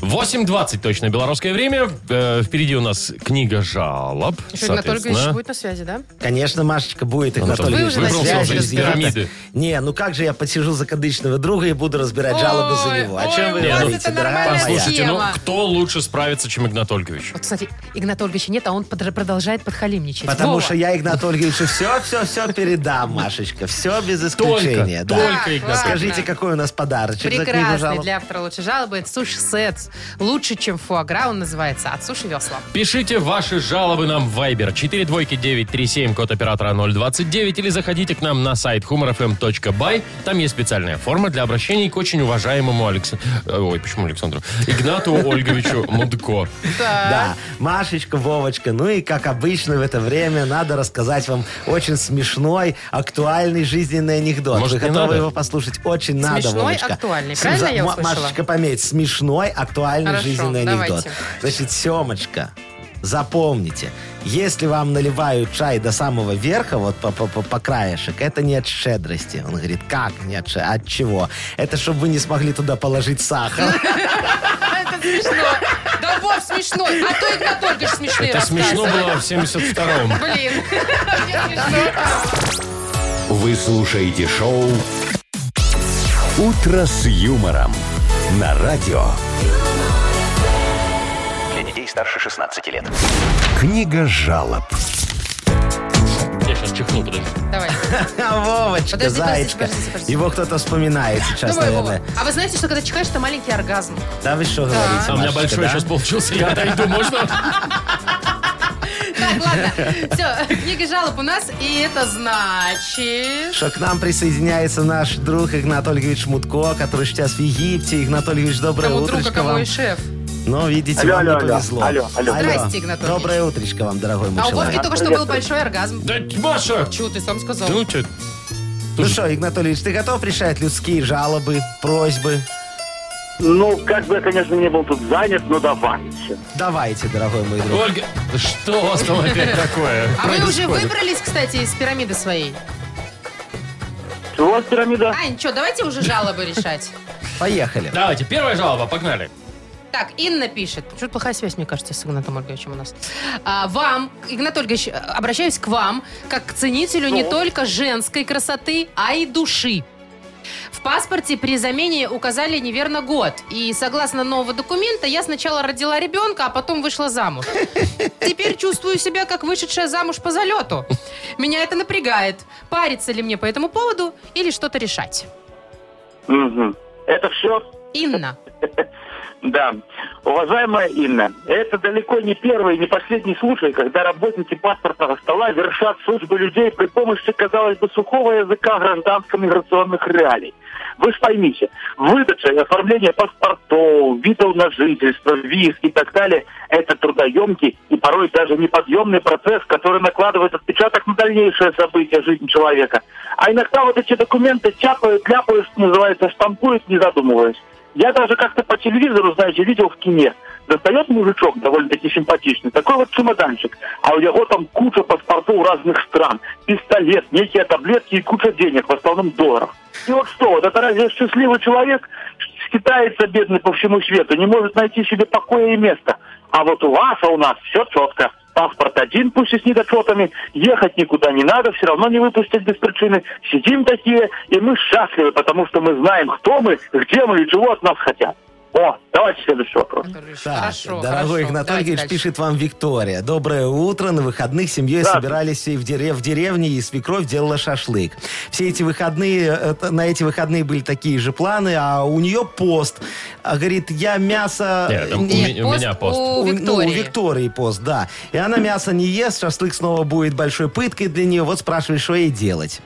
8.20 точно белорусское время. Э, впереди у нас книга жалоб.
Еще Игнат
соответственно.
Ольгович будет на связи, да?
Конечно, Машечка, будет их
Он
Анатолий
уже
Ильич,
выбрался
на связи,
уже из
извините.
пирамиды.
Не, ну как же я посижу закадычного друга и буду разбирать жалобы за
Ой,
него? О чем
ой,
вы
у вас
говорите,
это
дорогая
нормальная
моя?
Слушайте, ну
Тема.
кто лучше справится, чем Игнат Ольгович?
Вот, кстати, Игната Ольговича нет, а он подр- продолжает подхалимничать.
Потому
Вова.
что я Игнат Ольговичу все-все-все передам, Машечка. Все без исключения. да.
только
Так,
Игнат
ладно.
Ольгович.
Скажите, какой у нас подарочек за книгу
Прекрасный
жалоб?
для автора лучшей жалобы. Это суши-сет называется «Лучше, чем фуагра». Он называется «От суши весла».
Пишите ваши жалобы нам в Viber 42937, код оператора 029, или заходите к нам на сайт humorfm.by. Там есть специальная форма для обращений к очень уважаемому Александру... Ой, почему Александру? Игнату Ольговичу Мудко.
Да, Машечка, Вовочка, ну и как обычно в это время надо рассказать вам очень смешной, актуальный жизненный анекдот.
Может, не
Вы готовы
надо?
его послушать? Очень надо,
Смешной,
Вовочка.
актуальный, правильно я
Ма-
услышала?
Машечка, пометь, смешной, актуальный
Хорошо,
жизненный анекдот.
давайте.
Значит, Семочка, запомните, если вам наливают чай до самого верха, вот по, по, по- по краешек, это не от щедрости. Он говорит, как не от щедрости? От чего? Это чтобы вы не смогли туда положить сахар.
Это смешно. Да, Вов, смешно. А то Игнат Ольгович смешные
Это смешно
рассказывает.
было в 72-м.
Блин. Мне смешно.
Вы слушаете шоу «Утро с юмором» на радио.
Для детей старше 16 лет.
Книга жалоб.
Я сейчас чихну, подожди.
Давай.
А Вовочка,
Подожди, подожди,
зайчка.
подожди, подожди.
Его кто-то вспоминает сейчас,
Давай, Вова.
наверное.
А вы знаете, что когда чихаешь, это маленький оргазм.
Да вы что говорите,
А у меня
Машечка,
большой
да?
сейчас получился. Я дойду, можно?
Так, ладно. Все, книга жалоб у нас, и это значит...
Что к нам присоединяется наш друг Игнат Ольгович Мутко, который сейчас в Египте. Игнат Ольгович, доброе
Кому друга,
утречко
кому
вам.
и шеф. А
Ну, видите,
Алло,
вам
алло,
не
алло.
повезло.
Алло, алло.
Здрасте, Игнат Ольгович.
Доброе утречко вам, дорогой мой
А у Вовки
человек.
только что был большой оргазм.
Да, Маша!
Чего ты сам сказал?
Ну что,
Ну что, Игнат Ольгович, ты готов решать людские жалобы, просьбы?
Ну, как бы я, конечно, не был тут занят, но давайте.
Давайте, дорогой мой друг.
Ольга, что у вас там опять такое?
А вы уже
происходит?
выбрались, кстати, из пирамиды своей?
Чего, пирамида?
А, ничего, давайте уже жалобы решать.
Поехали.
Давайте, первая жалоба, погнали.
Так, Инна пишет. Чуть плохая связь, мне кажется, с Игнатом Ольговичем у нас. А, вам, Игнат Ольгович, обращаюсь к вам, как к ценителю не только женской красоты, а и души. В паспорте при замене указали неверно год. И согласно нового документа, я сначала родила ребенка, а потом вышла замуж. Теперь чувствую себя как вышедшая замуж по залету. Меня это напрягает. Париться ли мне по этому поводу или что-то решать?
Мгм. Это все?
Инна.
Да. Уважаемая Инна, это далеко не первый и не последний случай, когда работники паспортного стола вершат судьбы людей при помощи, казалось бы, сухого языка гражданско-миграционных реалий. Вы ж поймите, выдача и оформление паспортов, видов на жительство, виз и так далее – это трудоемкий и порой даже неподъемный процесс, который накладывает отпечаток на дальнейшее событие жизни человека. А иногда вот эти документы чапают, ляпают, что называется, штампуют, не задумываясь. Я даже как-то по телевизору, знаете, видел в кине. Достает мужичок, довольно-таки симпатичный, такой вот чемоданчик. А у него там куча паспортов разных стран. Пистолет, некие таблетки и куча денег, в основном долларов. И вот что, вот это разве счастливый человек скитается бедный по всему свету, не может найти себе покоя и места. А вот у вас, а у нас все четко. Паспорт один, пусть и с недочетами. Ехать никуда не надо, все равно не выпустят без причины. Сидим такие, и мы счастливы, потому что мы знаем, кто мы, где мы и чего от нас хотят. О, давайте следующий вопрос.
Так,
хорошо,
дорогой
хорошо.
Игнат
Давайте
Ольгович,
дальше.
пишет вам Виктория. Доброе утро. На выходных с семьей
Здравствуйте.
собирались все в, дере- в деревне, и свекровь делала шашлык. Все эти выходные, это- на эти выходные были такие же планы, а у нее пост. А говорит, я мясо...
Нет, там у
не-
меня- у меня пост.
У
ну,
Виктории.
у Виктории пост, да. И она мясо не ест, шашлык снова будет большой пыткой для нее. Вот спрашиваешь, что ей делать.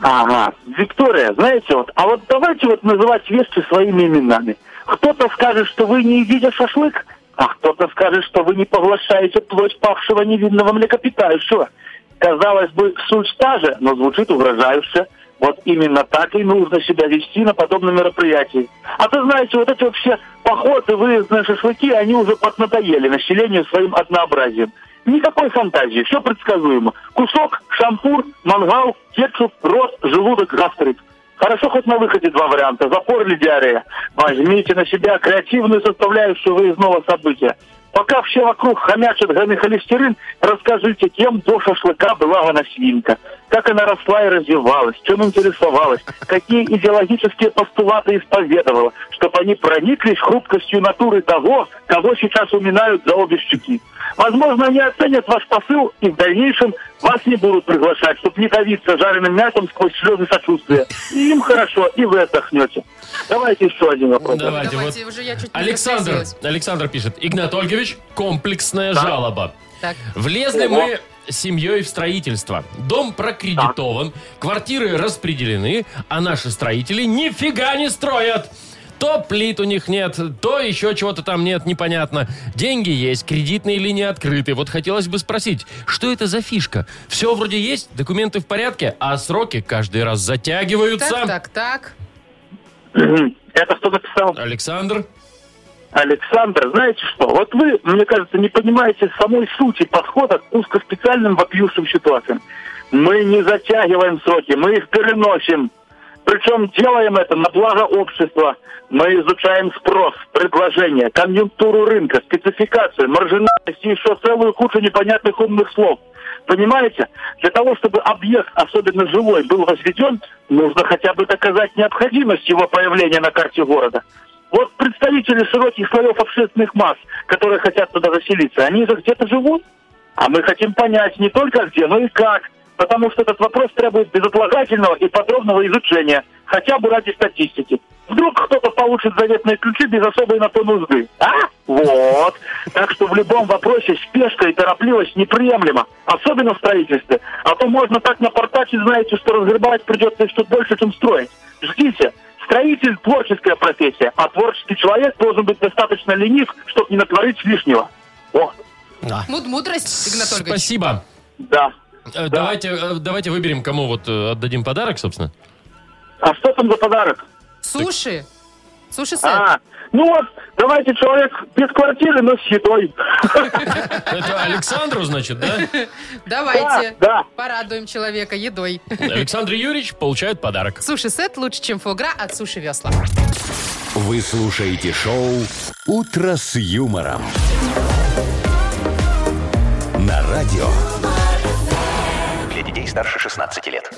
Ага. Виктория, знаете, вот, а вот давайте вот называть вещи своими именами. Кто-то скажет, что вы не едите шашлык, а кто-то скажет, что вы не поглощаете плоть павшего невинного млекопитающего. Казалось бы, суть та же, но звучит угрожающе. Вот именно так и нужно себя вести на подобном мероприятии. А то, знаете, вот эти вот все походы, выезды на шашлыки, они уже поднадоели населению своим однообразием. Никакой фантазии, все предсказуемо. Кусок, шампур, мангал, кетчуп, рот, желудок, гастрит. Хорошо хоть на выходе два варианта, запор или диарея. Возьмите на себя креативную составляющую выездного события. Пока все вокруг хомячат гомехолестерин, расскажите, кем до шашлыка была она свинка. как она росла и развивалась, чем интересовалась, какие идеологические постулаты исповедовала, чтобы они прониклись хрупкостью натуры того, кого сейчас уминают за обе щеки. Возможно, они оценят ваш посыл и в дальнейшем вас не будут приглашать, чтобы не давиться жареным мясом сквозь слезы сочувствия. И им хорошо, и вы отдохнете. Давайте еще один вопрос.
Давайте, вот.
Давайте, уже я чуть не
Александр,
разразилась.
Александр пишет. Игнат Ольгович, комплексная жалоба.
Так.
Влезли
Ого.
мы с семьей в строительство. Дом прокредитован, квартиры распределены, а наши строители нифига не строят. То плит у них нет, то еще чего-то там нет, непонятно. Деньги есть, кредитные линии открыты. Вот хотелось бы спросить, что это за фишка? Все вроде есть, документы в порядке, а сроки каждый раз затягиваются.
Так, так, так.
Это кто написал?
Александр?
Александр, знаете что, вот вы, мне кажется, не понимаете самой сути подхода к узкоспециальным вопиющим ситуациям. Мы не затягиваем сроки, мы их переносим. Причем делаем это на благо общества. Мы изучаем спрос, предложение, конъюнктуру рынка, спецификацию, маржинальность и еще целую кучу непонятных умных слов. Понимаете, для того, чтобы объект, особенно жилой, был возведен, нужно хотя бы доказать необходимость его появления на карте города. Вот представители широких слоев общественных масс, которые хотят туда заселиться, они же где-то живут. А мы хотим понять не только где, но и как. Потому что этот вопрос требует безотлагательного и подробного изучения, хотя бы ради статистики. Вдруг кто-то получит заветные ключи без особой на то нужды. А? Вот. Так что в любом вопросе спешка и торопливость неприемлема. Особенно в строительстве. А то можно так напортачить, знаете, что разгребать придется еще больше, чем строить. Ждите. Строитель – творческая профессия, а творческий человек должен быть достаточно ленив, чтобы не натворить лишнего. Вот.
Муд мудрость, Игнат Ольгович.
Спасибо.
Да.
Э, Давайте, э, давайте выберем, кому вот э, отдадим подарок, собственно.
А что там за подарок?
Суши. Суши-сет.
А, ну вот, давайте человек без квартиры, но с едой.
Это Александру, значит, да?
Давайте.
Да, да.
Порадуем человека едой.
Александр Юрьевич получает подарок.
Суши-сет лучше, чем фуагра от суши-весла.
Вы слушаете шоу «Утро с юмором». На радио.
Для детей старше 16 лет.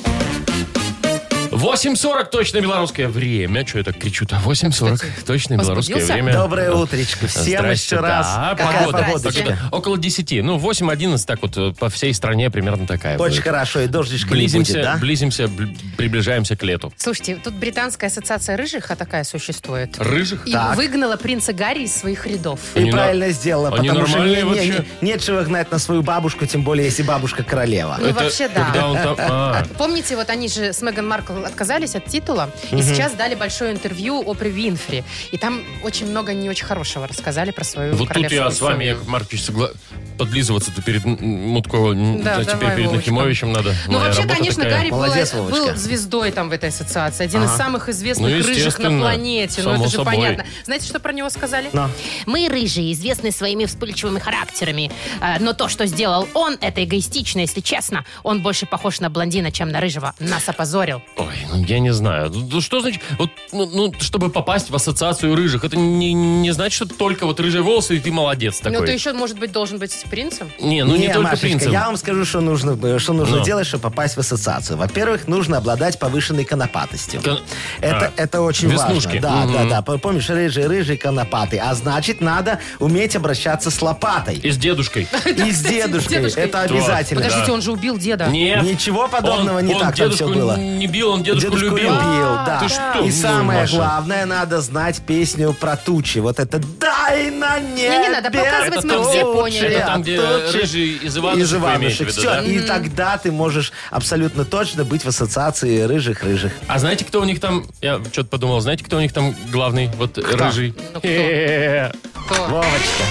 8.40 точно белорусское время. Что я так кричу-то? 8.40
Кстати,
точно белорусское
возбудился?
время.
Доброе утречко всем
Здрасте,
еще раз.
Да,
Какая
погода.
погодочка?
Так что Около 10. Ну, 8.11 так вот э, по всей стране примерно такая
Очень
будет.
хорошо, и дождичка
Э, Близимся,
не будет, да?
близимся, бл- приближаемся к лету.
Слушайте, тут британская ассоциация рыжих, а такая существует.
Рыжих?
И
Так.
выгнала принца Гарри из своих рядов.
И
Они на-
правильно сделала,
они
потому что
нормальные
не- не-
вообще?
не- нечего гнать на свою бабушку, тем более, если бабушка королева.
Ну, вообще, да.
Когда он там... а,
Помните, вот они же с Меган Маркл отказались от титула, и сейчас дали большое интервью Опре Винфри. И там очень много не очень хорошего рассказали про свою
Вот тут я
королевскую
с вами,
семью.
Яков Маркович, согла- подлизываться-то перед М- М- Мутко, м,
Да,
а теперь
давай,
перед
Вовочка.
Нахимовичем надо.
Ну,
Моя
вообще,
работа
конечно,
такая.
Гарри была-
Молодец, Вовочка.
был звездой там в этой ассоциации. Один из самых известных
Ну,
рыжих на
естественно,
планете. Ну,
само
это же
собой.
понятно. Знаете, что про него сказали?
Но.
Мы рыжие, известны своими вспыльчивыми характерами.
Э,
А, Но то, что сделал он, это эгоистично, если честно. Он больше похож на блондина, чем на рыжего. Нас опозорил.
Ой, ну я не знаю. Ну, Что значит, вот, ну, ну, чтобы попасть в ассоциацию рыжих, это не, не значит, что только вот рыжие волосы, и ты молодец такой.
Ну, ты еще, может быть, должен быть принцем?
Не, ну не,
Не,
только
Машечка,
принцип.
я вам скажу, что нужно, э, что нужно
Ну.
делать, чтобы попасть в ассоциацию. Во-первых, нужно обладать повышенной конопатостью.
Кон-
Это,
А,
это очень
веснушки.
важно. Да,
Мгм.
да, да. П- Помнишь, рыжие, рыжие, конопаты. А значит, надо уметь обращаться с
И
лопатой.
с дедушкой.
И с дедушкой.
дедушкой.
Это обязательно.
Подождите, он же убил деда.
Нет.
Ничего подобного
Он-
не
он
так там все
дедушку
было.
не бил, он дедушку, любил.
А,
да.
Ты что?
И
Ну,
самое
Маша.
главное, надо знать песню про тучи. Вот это «Дай на небе
Не-не, надо показывать, мы все
тучи,
поняли.
Это там, где
тучи».
рыжий из Иванушек, вы имеете в виду,
Всё,
да?
и тогда ты можешь абсолютно точно быть в ассоциации рыжих-рыжих.
А знаете, кто у них там... Я что-то подумал. Знаете, кто у них там главный? Вот рыжий.
Ну, кто?
э, Э-э-э.
Кто?
Вовочка.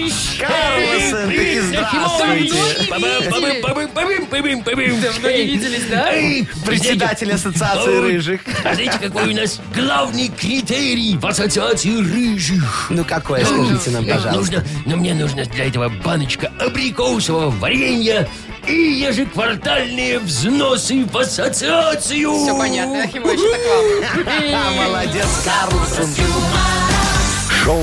Карлсон, ты здравствуйте.
Бабым, бабым, бабым, бабым, бабым.
Давно не виделись, да?
Эй,
Председатель ассоциации
Ой.
рыжих.
А знаете, какой у нас главный критерий в ассоциации рыжих?
Ну какое, скажите нам, пожалуйста.
Нужно, но мне нужно для этого баночка абрикосового варенья и ежеквартальные взносы в ассоциацию.
Все понятно, Нахимович, это к вам.
А, молодец, Карлсон.
Шоу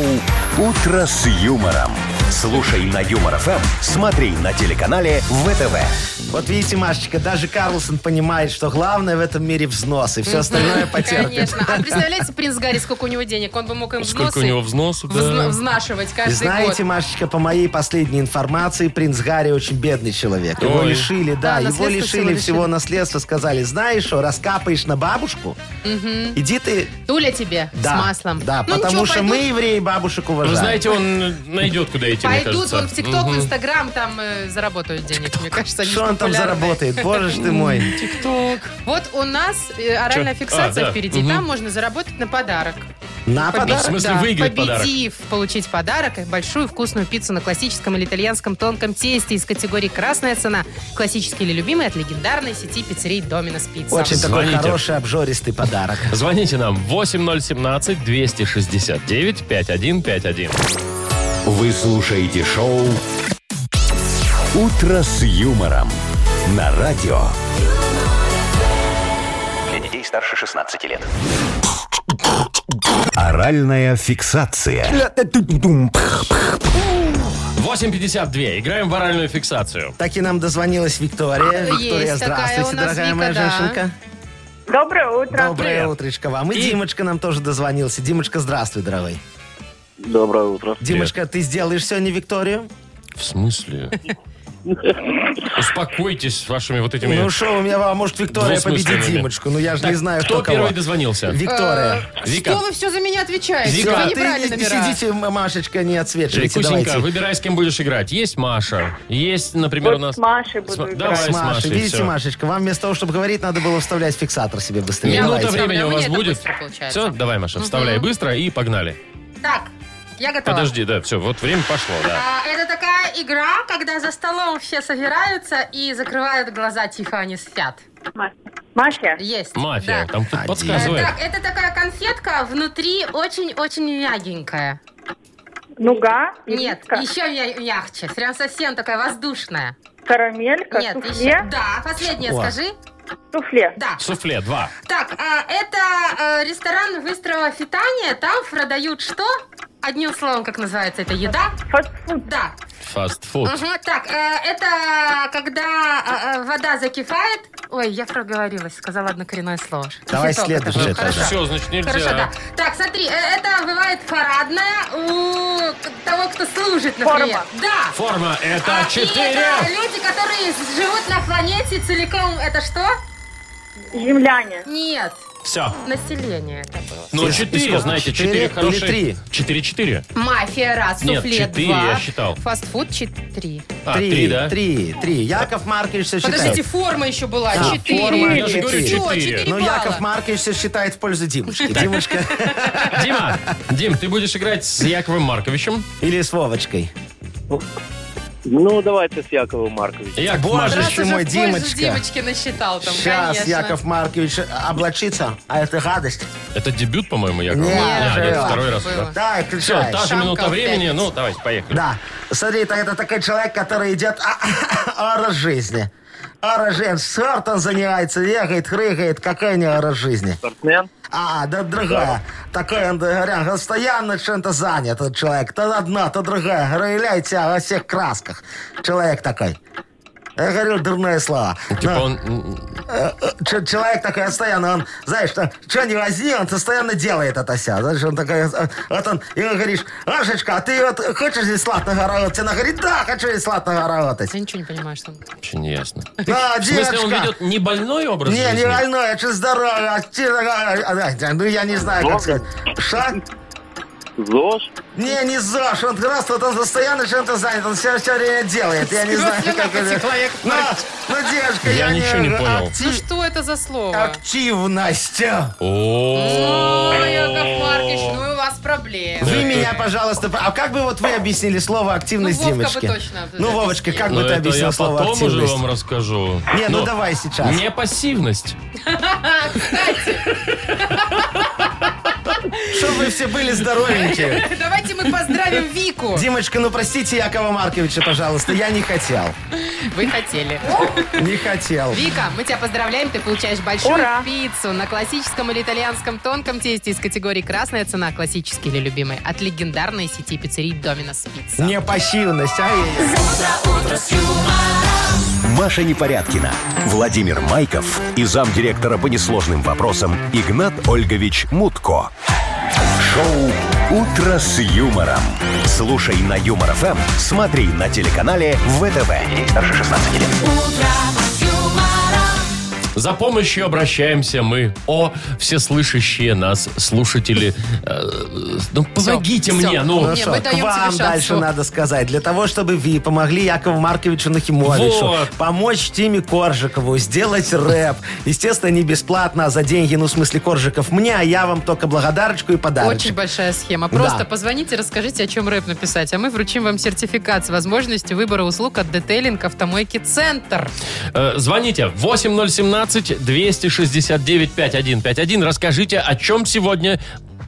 «Утро с юмором» Слушай на Юмор ФМ, смотри на телеканале ВТВ.
Вот видите, Машечка, даже Карлсон понимает, что главное в этом мире взносы. Все остальное потерпит.
Конечно. А представляете, принц Гарри, сколько у него денег? Он бы мог им
Сколько
взносы
у него взносов, да.
взна- взнашивать каждый
Знаете,
год.
Машечка, по моей последней информации, принц Гарри очень бедный человек. Его
Ой.
лишили, да,
Да,
его
наследство всего
лишили
лишили.
всего наследства. Сказали, знаешь что, раскапаешь на бабушку, иди ты...
Туля тебе
Да,
с маслом.
Да,
Ну,
потому
ничего,
что
пойдут-
мы, евреи, бабушек уважаем.
Вы знаете, он найдет, куда идти, мне
Пойдут
кажется.
вон в ТикТок, в Инстаграм, там э, заработают денег, мне кажется. они
что он там
популярны.
заработает? Боже ж ты мой.
ТикТок.
Вот у нас э, оральная
Чё?
фиксация
А, да.
впереди.
Мгм.
Там можно заработать на подарок.
Ну,
На
Победить,
В
подарок.
смысле, выиграть подарок?
победив, получить подарок, и большую вкусную пиццу на классическом или итальянском тонком тесте из категории «Красная цена», классический или любимый от легендарной сети пиццерий «Доминос Пицца».
Очень такой
Звоните.
хороший обжористый подарок.
Звоните нам 8017-269-5151.
Вы слушаете шоу «Утро с юмором» на радио.
Для детей старше 16 лет.
Оральная фиксация.
8.52. Играем в оральную фиксацию.
Так и нам дозвонилась Виктория.
А, Есть
Виктория,
такая у
здравствуйте,
нас
дорогая
Вика,
моя
да.
женщинка.
Доброе утро.
Доброе
Привет.
утречко вам. И,
И-
Димочка нам тоже дозвонился. Димочка, здравствуй, дорогой.
Доброе утро.
Димочка, ты сделаешь сегодня Викторию?
В смысле? Успокойтесь с вашими вот этими...
Ну что, у меня, а может, Виктория победит
Двусмысленными.
Димочку? Ну я же не
Так,
знаю,
кто
кто, кого.
первый дозвонился?
Виктория.
Вика.
Что вы все за меня отвечаете?
Вика,
Вы
Всё,
не
ты
брали
не, не
номера.
сидите, м- Машечка, не отсвечивайте.
Викусенька,
Давайте.
выбирай, с кем будешь играть. Есть Маша, есть, например,
Вот
у нас...
с Машей буду
С-
играть.
Давай с
С Машей.
Машей,
Видите,
всё.
Машечка, вам вместо того, чтобы говорить, надо было вставлять фиксатор себе быстрее.
Минута
Давайте.
вставлю.
времени Ну, у
У
вас
меня это
будет.
быстро получается.
Все, давай, Маша, вставляй быстро и погнали.
Так, я готова.
Подожди, да, все, вот время пошло, да.
А, это такая игра, когда за столом все собираются и закрывают глаза, тихо они спят.
Ма- Маша,
Есть.
Мафия,
Да.
там кто-то
Один.
Э,
подсказывает.
Так, это такая конфетка, внутри очень-очень мягенькая.
нуга,
Нет,
ириска,
еще мя- мягче. Прям совсем такая воздушная.
карамелька,
Нет,
суфле,
еще. Да, последнее
О.
скажи.
суфле.
Да.
Суфле, два.
Так, а, это э, ресторан быстрого питания. Там продают что? Одним словом, как называется это еда?
Фастфуд.
Да.
Фастфуд.
Мгм, Так, э, это когда э, э, вода закипает. Ой, я проговорилась, сказала однокоренное слово.
Давай
Кипяток это
следующее
был.
тогда.
Хорошо.
Все, Ну, значит, нельзя.
Хорошо, да. Так, смотри, э, это бывает парадная у того, кто служит, например.
Форма.
Да.
Форма это
А, и
четыре.
это люди, которые живут на планете целиком, это что?
Земляне.
Нет,
Все.
население это было.
Ну,
Из- из
четыре,
сколько?
знаете,
Четыре
четыре
или
хорошие.
три?
Четыре-четыре.
Мафия раз,
Нет,
суфле
четыре,
два.
я считал.
Фастфуд четыре.
А, три, да?
Три, три. Яков Маркович все
Подождите,
считает.
форма еще была.
Да,
четыре.
форма,
Я же
Четыре.
говорю
Всё,
четыре.
четыре.
Но
балла.
Яков Маркович все считает в пользу Димочки. Димочка
Дима, Дим, ты будешь играть с Яковым Марковичем.
или с Вовочкой.
Ну, давайте с Яковым Марковичем.
Яков
Боже,
Маркович.
Раз
Ты
уже
мой
в пользу
Димочка.
Димочки насчитал там,
Сейчас
конечно.
Яков Маркович облачится, а это гадость.
Это дебют, по-моему, Якова.
Не,
Марковича.
уже
нет,
было.
второй раз.
Было.
Да, и
Все,
включаешь.
та же
Шамка
минута
в
времени.
пятницу.
Ну, давайте, поехали.
Да. Смотри, так это такой человек, который идет орос жизни. Орос жизни. Спортом занимается, бегает, прыгает. Какая не орос жизни?
Спортсмен.
А, да другая. Такой он говоря, постоянно чем-то занят этот человек. То одна, то другая. Рояляет во всех красках. Человек такой. Я говорю дурные слова.
Типа
Но,
он... м,
э, э, че- человек такой постоянно, он, знаешь, что не возьми, он постоянно делает это все. Знаешь, он такой, э, вот он, и он говоришь, Ашечка, а ты вот хочешь здесь сладко гоработать? Она говорит, да, хочу здесь сладко гоработать.
Я ничего не понимаю, что он...
Вообще не ясно.
Да,
В смысле, он
девочка.
ведет не больной образ
Не, не
жизни?
больной, это же здоровый. а ты такая, а, а, а, Ну, я не знаю, как сказать. Что?
ЗОЖ.
Не, не Зош, он просто вот он постоянно чем-то занят, он все, все время делает. Я не знаю,
Слюна
как это.
потекла, Яков
Ну, ну, девушка,
Я
я,
ничего не понял.
акти-
Ну что это за слово?
Активность.
О,
Ой, Яков Маркович, ну у вас проблемы.
Э,
Вы меня, пожалуйста, по- а как бы вот вы объяснили слово активность
Ну, Вовка бы
Димочки?
точно
Ну, Вовочка, как
Ну,
бы ты
это я
объяснил слово
потом уже
активность?
вам расскажу.
Не, ну
Но
давай сейчас.
Не пассивность.
Кстати,
Чтобы вы все были здоровенькие.
Давайте мы поздравим Вику.
Димочка, ну простите Якова Марковича, пожалуйста. Я не хотел.
Вы хотели.
Не хотел.
Вика, мы тебя поздравляем, ты получаешь большую
Ура.
пиццу на классическом или итальянском тонком тесте из категории «Красная цена», классический или любимый, от легендарной сети пиццерий «Доминос Пицца».
Не пассивность, а
Маша Непорядкина, Владимир Майков и замдиректора по несложным вопросам Игнат Ольгович Мутко. Шоу «Утро с юмором». Слушай на Юмор ФМ, смотри на телеканале ВТВ. Ей старше 16 лет.
За помощью обращаемся мы, о, всеслышащие нас слушатели. Э, Ну, помогите
всё.
мне, ну.
Нет,
Хорошо,
мы
к
даем тебе
вам
шанс,
дальше
что-
надо сказать. Для того, чтобы вы помогли Якову Марковичу Нахимовичу
Вот.
помочь Тиме Коржикову сделать рэп. Естественно, не бесплатно, а за деньги, ну, в смысле, Коржиков мне, а я вам только благодарочку и
Очень
подарочек.
большая схема. Просто
Да.
позвоните, расскажите, о чем рэп написать, а мы вручим вам сертификат с возможностью выбора услуг от детейлинг автомойки «Центр».
Э, Звоните 8017-269-5151. Расскажите, о чем сегодня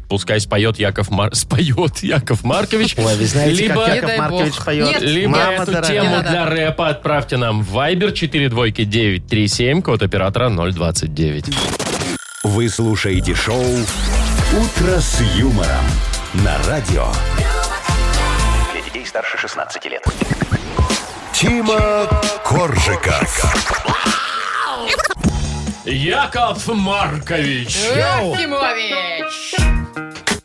пускай споет Яков, Мар... споет Яков Маркович.
Ой, вы знаете,
либо...
как
Не
Яков
дай
Маркович
бог.
поет.
Нет,
Либо
Мама
эту
дорогая.
тему
Не надо.
для рэпа отправьте нам в Viber 42937, код оператора 029.
Вы слушаете шоу «Утро с юмором» на радио.
Для детей старше 16 лет.
Тима Коржика.
Яков Маркович!
Якимович!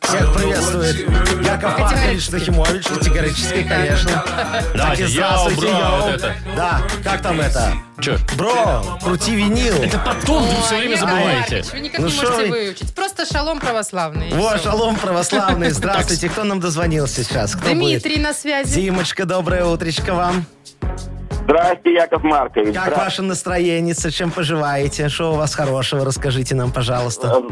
Всех приветствует Яков Маркович Нахимович, категорически, конечно. Так и
Давайте, я
здравствуйте,
убрал
йоу.
вот это.
Да, как там это?
Чё?
Бро, крути винил.
А Потом вы все
Ой,
время
Яков
забываете.
Маркович, Вы никак
Ну
не
шо
можете
вы?
выучить. Просто шалом православный. и
Во,
всё.
шалом православный, здравствуйте. Кто нам дозвонился сейчас? Кто будет?
Дмитрий на связи.
Димочка, доброе утречко вам.
Здрасте, Яков Маркович.
Как ваше настроение? Чем поживаете? Что у вас хорошего? Расскажите нам, пожалуйста.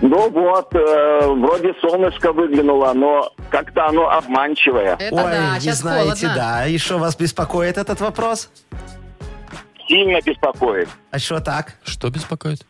Ну вот, э, вроде солнышко выглянуло, но как-то оно обманчивое.
Это
Ой,
да,
не
сейчас
знаете,
холодно.
да. И что вас беспокоит этот вопрос?
Сильно беспокоит.
А что так?
Что беспокоит?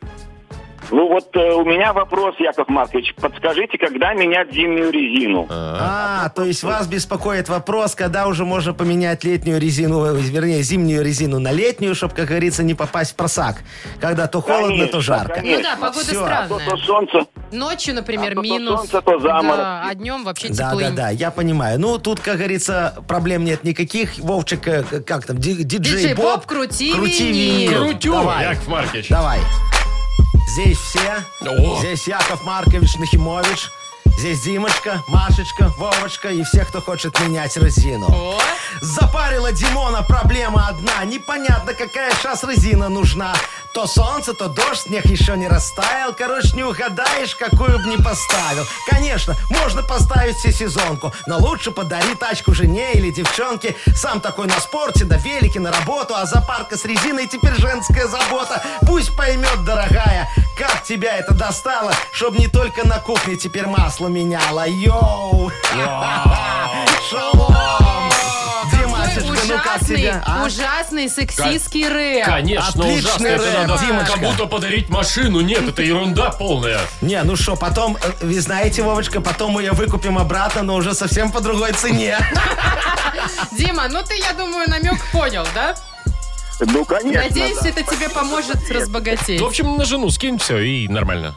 Ну вот э, у меня вопрос, Яков Маркович. Подскажите, когда менять зимнюю резину?
А, то есть вас беспокоит вопрос, когда уже можно поменять летнюю резину, э, вернее, зимнюю резину на летнюю, чтобы, как говорится, не попасть в просак. Когда то холодно, то
Конечно,
жарко.
конечно.
Ну да, погода
Всё.
То,
странная.
то солнце.
Ночью,
А
например,
то то
минус.
солнце, то заморозки.
Да, а днем вообще
Да,
теплынь.
да, да, я понимаю. Ну, тут, как говорится, проблем нет никаких. Вовчик, э, к- как там, ди- диджей,
Диджей
Боб,
Боб, крути
винил.
винил.
Крутю,
Давай,
Яков Маркович.
давай. Здесь все.
О.
Здесь Яков Маркович Нахимович. Здесь Димочка, Машечка, Вовочка и все, кто хочет менять резину.
О,
Запарила Димона проблема одна. Непонятно, какая сейчас резина нужна. То солнце, то дождь, снег еще не растаял. Короче, не угадаешь, какую бы не поставил. Конечно, можно поставить все сезонку, но лучше подари тачку жене или девчонке. Сам такой на спорте, на велике, на работу, а запарка с резиной теперь женская забота. Пусть поймет, дорогая, как тебя это достало, чтоб не только на кухне теперь масло меняло. Йоу! Шалом! Димашечка,
какой
ну как
ужасный,
тебя? а?
ужасный сексистский рэп.
Конечно,
Отличный
ужасно. Это
рэп,
надо
Димочка.
кому-то подарить машину. Нет, это ерунда полная.
Не, ну что, потом, э, вы знаете, Вовочка, потом мы ее выкупим обратно, но уже совсем по другой цене.
Дима, ну ты, я думаю, намек понял, да?
Ну, конечно.
Надеюсь,
да.
это тебе поможет разбогатеть.
Ну, В общем, на жену скинь все и нормально.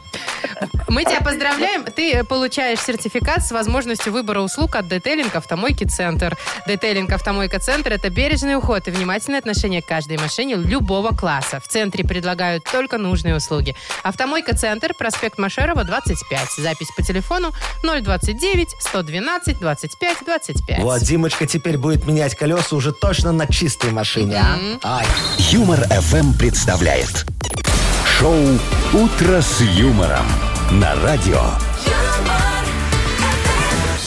Мы тебя поздравляем. Ты э, получаешь сертификат с возможностью выбора услуг от Детейлинг Автомойки Центр. Детейлинг Автомойка Центр – это бережный уход и внимательное отношение к каждой машине любого класса. В центре предлагают только нужные услуги. Автомойка Центр, проспект Машерова, 25. Запись по телефону 029 112 25 25.
Вот, Димочка теперь будет менять колеса уже точно на чистой машине. а? Ай.
Юмор ФМ представляет шоу Утро с юмором на радио.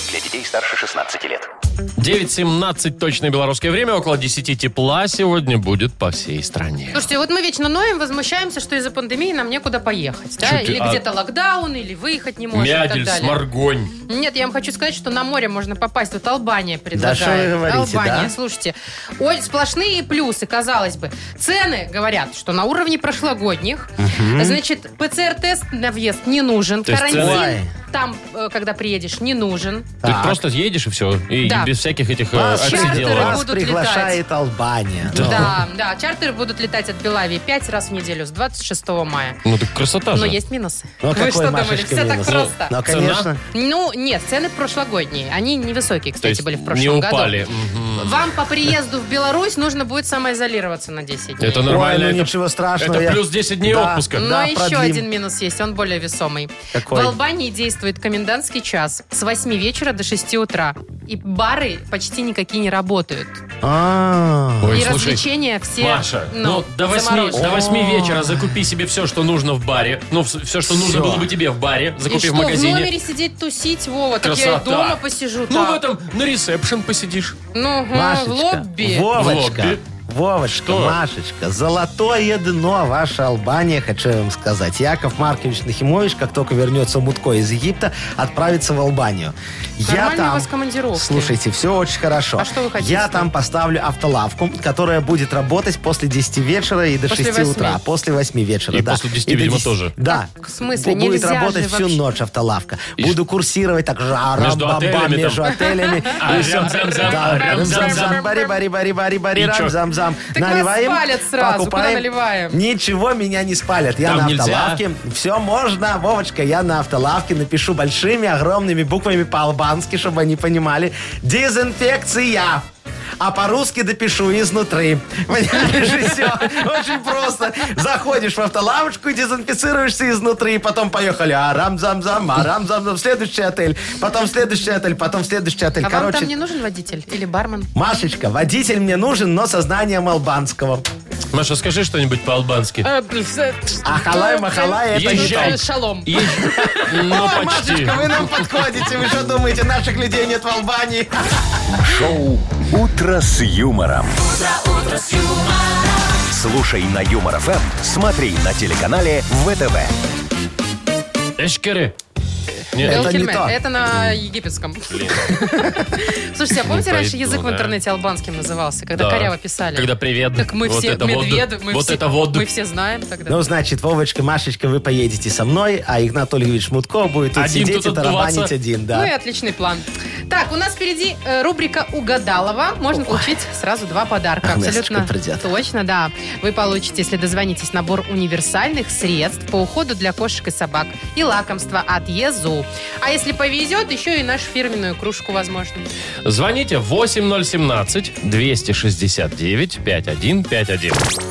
Для детей старше 16 лет.
9.17 точное белорусское время, около 10 тепла сегодня будет по всей стране.
Слушайте, вот мы вечно ноем, возмущаемся, что из-за пандемии нам некуда поехать. Да?
Чё ты,
Или
а-
где-то локдаун, или выехать не можем. и так
Мядель,
далее.
сморгонь.
Нет, я вам хочу сказать, что на море можно попасть. Вот Албания предлагает.
что вы говорите,
Албания,
да?
слушайте. Ой, сплошные плюсы, казалось бы. Цены, говорят, что на уровне прошлогодних. Значит, ПЦР-тест на въезд не нужен.
То есть
Карантин
цены-
Ой.
там, э, когда приедешь, не нужен.
Ты
Так.
просто едешь и все. И
Да.
без всяких этих э,
Вас-
отсиделок.
Чартеры
Вас
будут
приглашает Албания.
Да. да, Чартеры будут летать от Белавии пять раз в неделю с 26 мая.
Ну так красота
Но
же.
есть минусы.
Ну,
Вы
какой,
что думали,
Машечка,
все
минус?
так просто?
Ну, конечно.
Ну, нет, цены прошлогодние. Они невысокие,
То
кстати,
есть
были в
не
прошлом году.
упали. Мгм.
Вам по приезду в Беларусь нужно будет самоизолироваться на 10 дней.
Это
Но
нормально.
Ой, ну
это-
ничего страшного.
это
я-
плюс 10 дней
Да,
отпуска.
Но
да,
еще
продлим.
Ну, один минус есть, он более весомый.
Какой?
В Албании действует комендантский час с 8 вечера до 6 утра. И бары почти никакие не работают.
А,
Ой,
и
слушай,
развлечения все
Маша, ну, до, 8,
заморожены.
до восьми вечера закупи себе все, что нужно в баре. Ну, вс- все, что нужно
Всё.
было бы тебе в баре,
И
закупи
что,
в
в
магазине.
номере сидеть тусить, Вова? Так я и
Красота.
дома посижу.
Ну,
так.
в этом на ресепшн посидишь.
Ну, ага,
Машечка,
в лобби. А
Вовочка,
В лобби.
Вовочка,
Что?
Машечка, золотое дно ваша Албания, хочу я вам сказать. Яков Маркович Нахимович, как только вернется Мутко из Египта, отправится в Албанию.
Нормальные у вас командировки.
Слушайте, все очень хорошо.
А что вы хотите?
Я там поставлю автолавку, которая будет работать после 10 вечера и до
После
6 утра.
восьми.
После 8 вечера,
И
да.
после 10,
И до
видимо, тоже.
Да.
В смысле?
Бу- Будет
Нельзя же
работать всю
вообще.
ночь автолавка.
И
Буду курсировать так жара,
Между
бам, бам,
отелями там.
между отелями.
А,
И всё.
рям-зам-зам,
Да,
рям-зам-зам.
рям-зам-зам, бари-бари-бари-бари-бари,
И чё?
рям-зам-зам.
Так нас
Наливаем,
спалят сразу, куда
покупаем.
наливаем?
Ничего меня не спалят. Я
Там
на
нельзя.
автолавке. Все можно, Вовочка, я на автолавке напишу большими, огромными буквами по-албански, чтобы они понимали. Дезинфекция. А по-русски допишу изнутри. Понимаешь, и всё. Очень просто. Заходишь в автолавочку, дезинфицируешься изнутри, и потом поехали. А, Арам-зам-зам, арам-зам-зам. Следующий отель, потом следующий отель, потом следующий отель.
А вам
Короче,
там не нужен водитель или бармен?
Машечка, водитель мне нужен, но со знанием албанского.
Маша, скажи что-нибудь по-албански. А
Ахалай, махалай, это не
Езжай.
то.
Шалом.
И- Ну, почти.
Ой, Машечка, вы нам подходите. Вы что думаете, наших людей нет в Албании?
Шоу «Утро с юмором». Слушай на Юмор ФМ, смотри на телеканале ВТВ.
Эшкеры. Нет,
Это
Это,
не то.
это на египетском. Слушайте, а помните,
Не
раньше
пойду,
язык в
Ну, да.
интернете албанским назывался, когда
Да.
коряво писали?
Когда привет.
Так мы
Вот
все
это вот.
медведы, мы
Вот
все-
это вот.
мы все знаем тогда.
Ну, значит, Вовочка, Машечка, вы поедете со мной, а Игнат Ольгович Мутко будет тут
Один
сидеть
тут
и тарабанить
отдуваться.
один,
Ну и
да.
отличный план. Так, у нас впереди э, рубрика «Угадалова». Можно получить сразу два подарка.
Агнесочка придет.
Точно, да. Вы получите, если дозвонитесь, набор универсальных средств по уходу для кошек и собак и лакомства от ЕЗУ. А если повезет, еще и нашу фирменную кружку, возможно.
Звоните 8017-269-5151.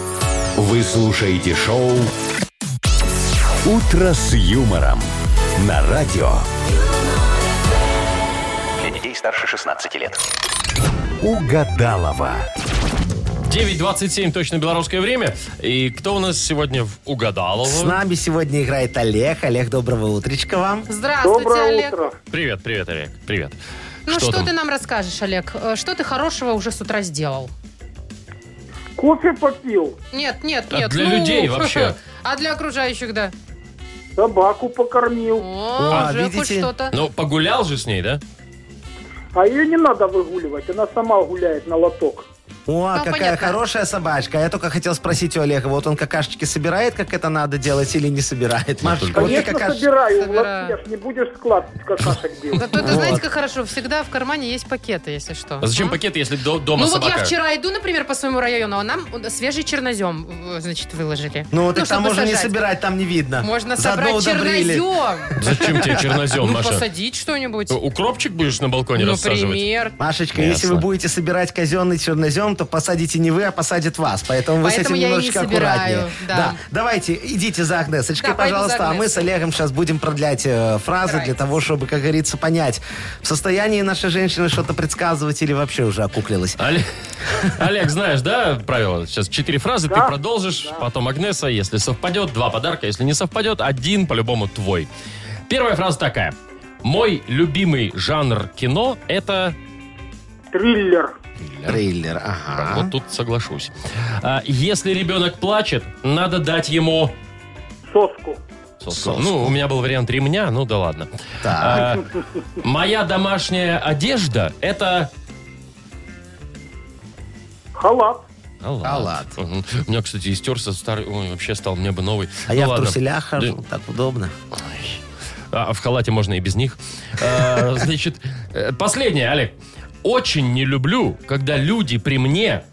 Вы слушаете шоу «Утро с юмором» на радио.
Для детей старше 16 лет.
Угадалова.
9.27, точно белорусское время. И кто у нас сегодня в
С
Угадалово?
нами сегодня играет Олег. Олег, доброго утречка вам.
Здравствуйте,
Доброе
Олег.
утро.
Привет, привет, Олег. Привет.
Ну что,
там?
ты нам расскажешь, Олег? Э, Что ты хорошего уже с утра сделал?
Кофе попил,
Нет, нет,
А
нет. ну,
для людей вообще?
А для окружающих, да.
собаку покормил,
О,
О, а,
уже хоть
видите?
что-то.
Ну, погулял же с ней, да?
а ее не надо выгуливать, она сама гуляет на лоток.
О, какая
Ну, понятно.
хорошая собачка. А Я только хотел спросить у Олега, вот он какашечки собирает, как это надо делать, или не собирает? Машечка, вот ты
Конечно,
какашечки.
собираю,
Собираю.
Владимир, не будешь складывать какашек
Ну,
делать.
Зато А это, знаете,
Вот.
как хорошо, всегда в кармане есть пакеты, если что.
А зачем
А?
пакеты, если до- дома
Ну вот
собака?
я вчера иду, например, по своему району, а нам свежий чернозем, э, значит, выложили.
Ну, так там
чтобы
можно не
сажать.
собирать, там не видно.
Можно
Заодно
собрать
удобрили.
чернозем.
Зачем тебе чернозем,
Ну,
Маша?
посадить что-нибудь. Ну,
Укропчик будешь на балконе рассаживать?
Например.
Машечка,
Ясно.
если вы будете собирать казенный чернозем, то посадите не вы, а посадят вас. Поэтому вы
Поэтому
с этим
я и не
немножечко
собираю,
аккуратнее.
да.
Давайте, идите за Агнесочкой,
Да, пойду
пожалуйста.
за
а мы с
Агнесой.
Олегом сейчас будем продлять э, фразы
Давайте.
для того, чтобы, как говорится, понять, в состоянии наша женщина что-то предсказывать или вообще уже окуклилась.
Оле- Олег, знаешь, да, правило? Сейчас четыре фразы, ты
Да.
продолжишь, потом Агнеса. Если совпадет, два подарка. Если не совпадет, один по-любому твой. Первая фраза такая. Мой любимый жанр кино – это...
Триллер,
Трейлер, ага.
Вот тут соглашусь. А, Если ребенок плачет, надо дать ему...
соску,
Соску. Ну, у меня был вариант ремня, ну да ладно.
Так.
А, моя домашняя одежда – это...
Халат.
Халат.
Халат.
Мгм. У меня, кстати, истерся старый, ой, вообще стал, мне бы новый.
А
Ну
я в
ладно.
труселях
Да-
хожу, так удобно.
Ой. А в халате можно и без них. А, Значит, э, последнее, Олег. Очень не люблю, когда люди при мне...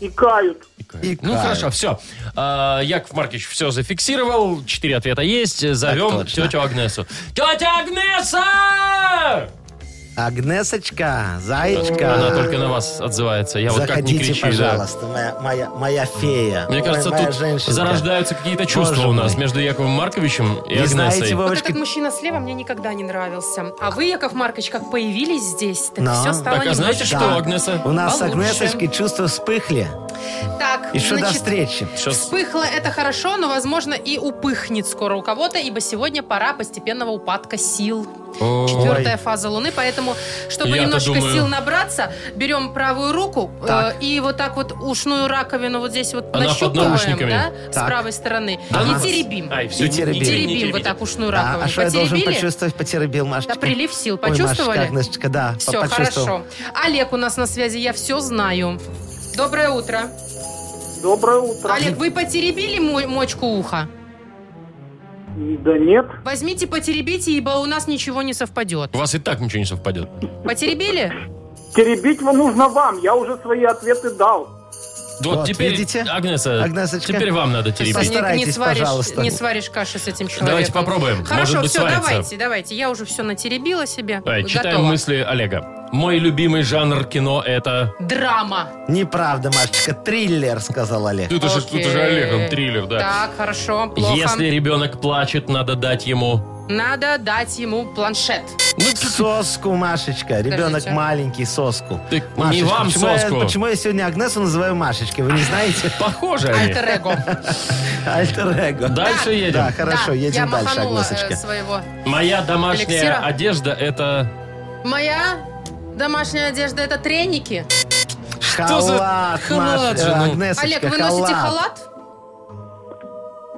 Икают.
Ну,
Икают.
хорошо, все. Яков Маркич все зафиксировал. Четыре ответа есть. Зовем
Так точно.
тетю Агнесу. Тетя Агнеса!
Агнесочка, зайчка.
Она только на вас отзывается. Я вот как не
Заходите,
кричу. да.
пожалуйста, моя, моя, моя фея.
Мне
Ой,
кажется,
моя
тут
женщинка.
зарождаются какие-то чувства
Боже
у нас
мой.
между Яковом Марковичем и
Не
Агнесой.
знаете,
Так
вы-
Вот
Девочка-
этот мужчина слева мне никогда не нравился. А вы, Яков Маркович, как появились здесь, так
Но.
все стало
а знаете
немножечко-
что,
Да.
Агнеса?
У нас с
Получше.
Агнесочкой чувства вспыхли.
Так,
Еще до
значит,
встречи.
Сейчас
Вспыхло это хорошо, но, возможно, и упыхнет скоро у кого-то, ибо сегодня пора постепенного упадка сил. Четвертая фаза Луны, поэтому, чтобы
Я-то
немножко
думаю.
сил набраться, берем правую руку э,
Так.
и вот так вот ушную раковину вот здесь вот
Она под
нащупываем,
наушниками.
да, с
Так.
правой стороны, и А теребим.
Ай, все,
И теребим.
Теребим вот так ушную
Да,
раковину.
а что я должен
Потеребили?
почувствовать? Потеребил, Машечка.
Да, прилив сил.
Ой,
Почувствовали?
Машечка, Агнесочка, да,
Все,
почувствовал.
хорошо. Олег у нас на связи, я все знаю. Доброе утро.
Доброе утро.
Олег, вы потеребили мо- мочку уха?
Да нет.
Возьмите, потеребите, ибо у нас ничего не совпадет.
У вас и так ничего не совпадет.
Потеребили?
Теребить вам нужно вам. Я уже свои ответы дал.
Вот,
Вот,
теперь,
видите?
Агнеса,
Агнесочка.
теперь вам надо
Не-
теребить.
Состав- Постарайтесь,
не сваришь,
пожалуйста.
Не сваришь каши с этим человеком.
Давайте попробуем.
Хорошо,
Может быть,
все,
сварится.
давайте, давайте. Я уже все натеребила себе.
Давай, читаем
Готово.
мысли Олега. Мой любимый жанр кино это...
Драма.
Неправда, Машечка, триллер, сказал Олег.
Тут же,
Окей.
тут же Олег, он триллер, да.
Так, хорошо, плохо.
Если ребенок плачет, надо дать ему...
Надо дать ему планшет.
Ну,
Соску, Машечка. Ребенок
Подождите.
маленький, соску.
Так не вам
почему
соску.
Я, почему я сегодня Агнесу называю Машечкой? Вы не знаете?
похоже они.
Альтер-эго.
Альтер-эго.
Дальше едем.
Да, хорошо,
Да, я
едем дальше,
маханула, э,
Агнесочка.
своего.
Моя домашняя
Эликсира.
одежда это...
Моя домашняя одежда это треники.
Что за
Халат,
халат
Маш-
же,
э,
ну?
Агнесочка,
Олег, вы носите халат?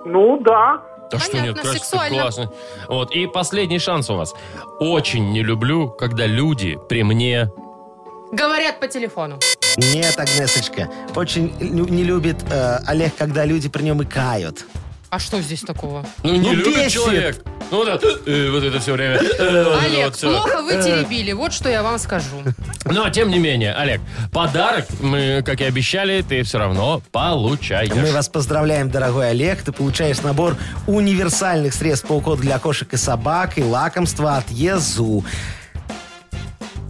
Ну да.
Да А что нет,
Понятно,
кажется, так
сексуально.
классно. Вот, и последний шанс у вас. Очень не люблю, когда люди при мне...
Говорят по телефону.
Нет, Агнесочка. Очень лю- не любит э, Олег, когда люди при нем икают.
А что здесь такого?
Ну, не
Ну,
любит
бесит.
человек. Ну, да, э, вот это все время. э, вот это
Олег, ну.
вот всё. Э.
плохо вы теребили, вот что я вам скажу.
Но, тем не менее, Олег, подарок, мы, как и обещали, ты все равно получаешь.
Мы вас поздравляем, дорогой Олег. Ты получаешь набор универсальных средств по уходу для кошек и собак и лакомства от ЕЗУ.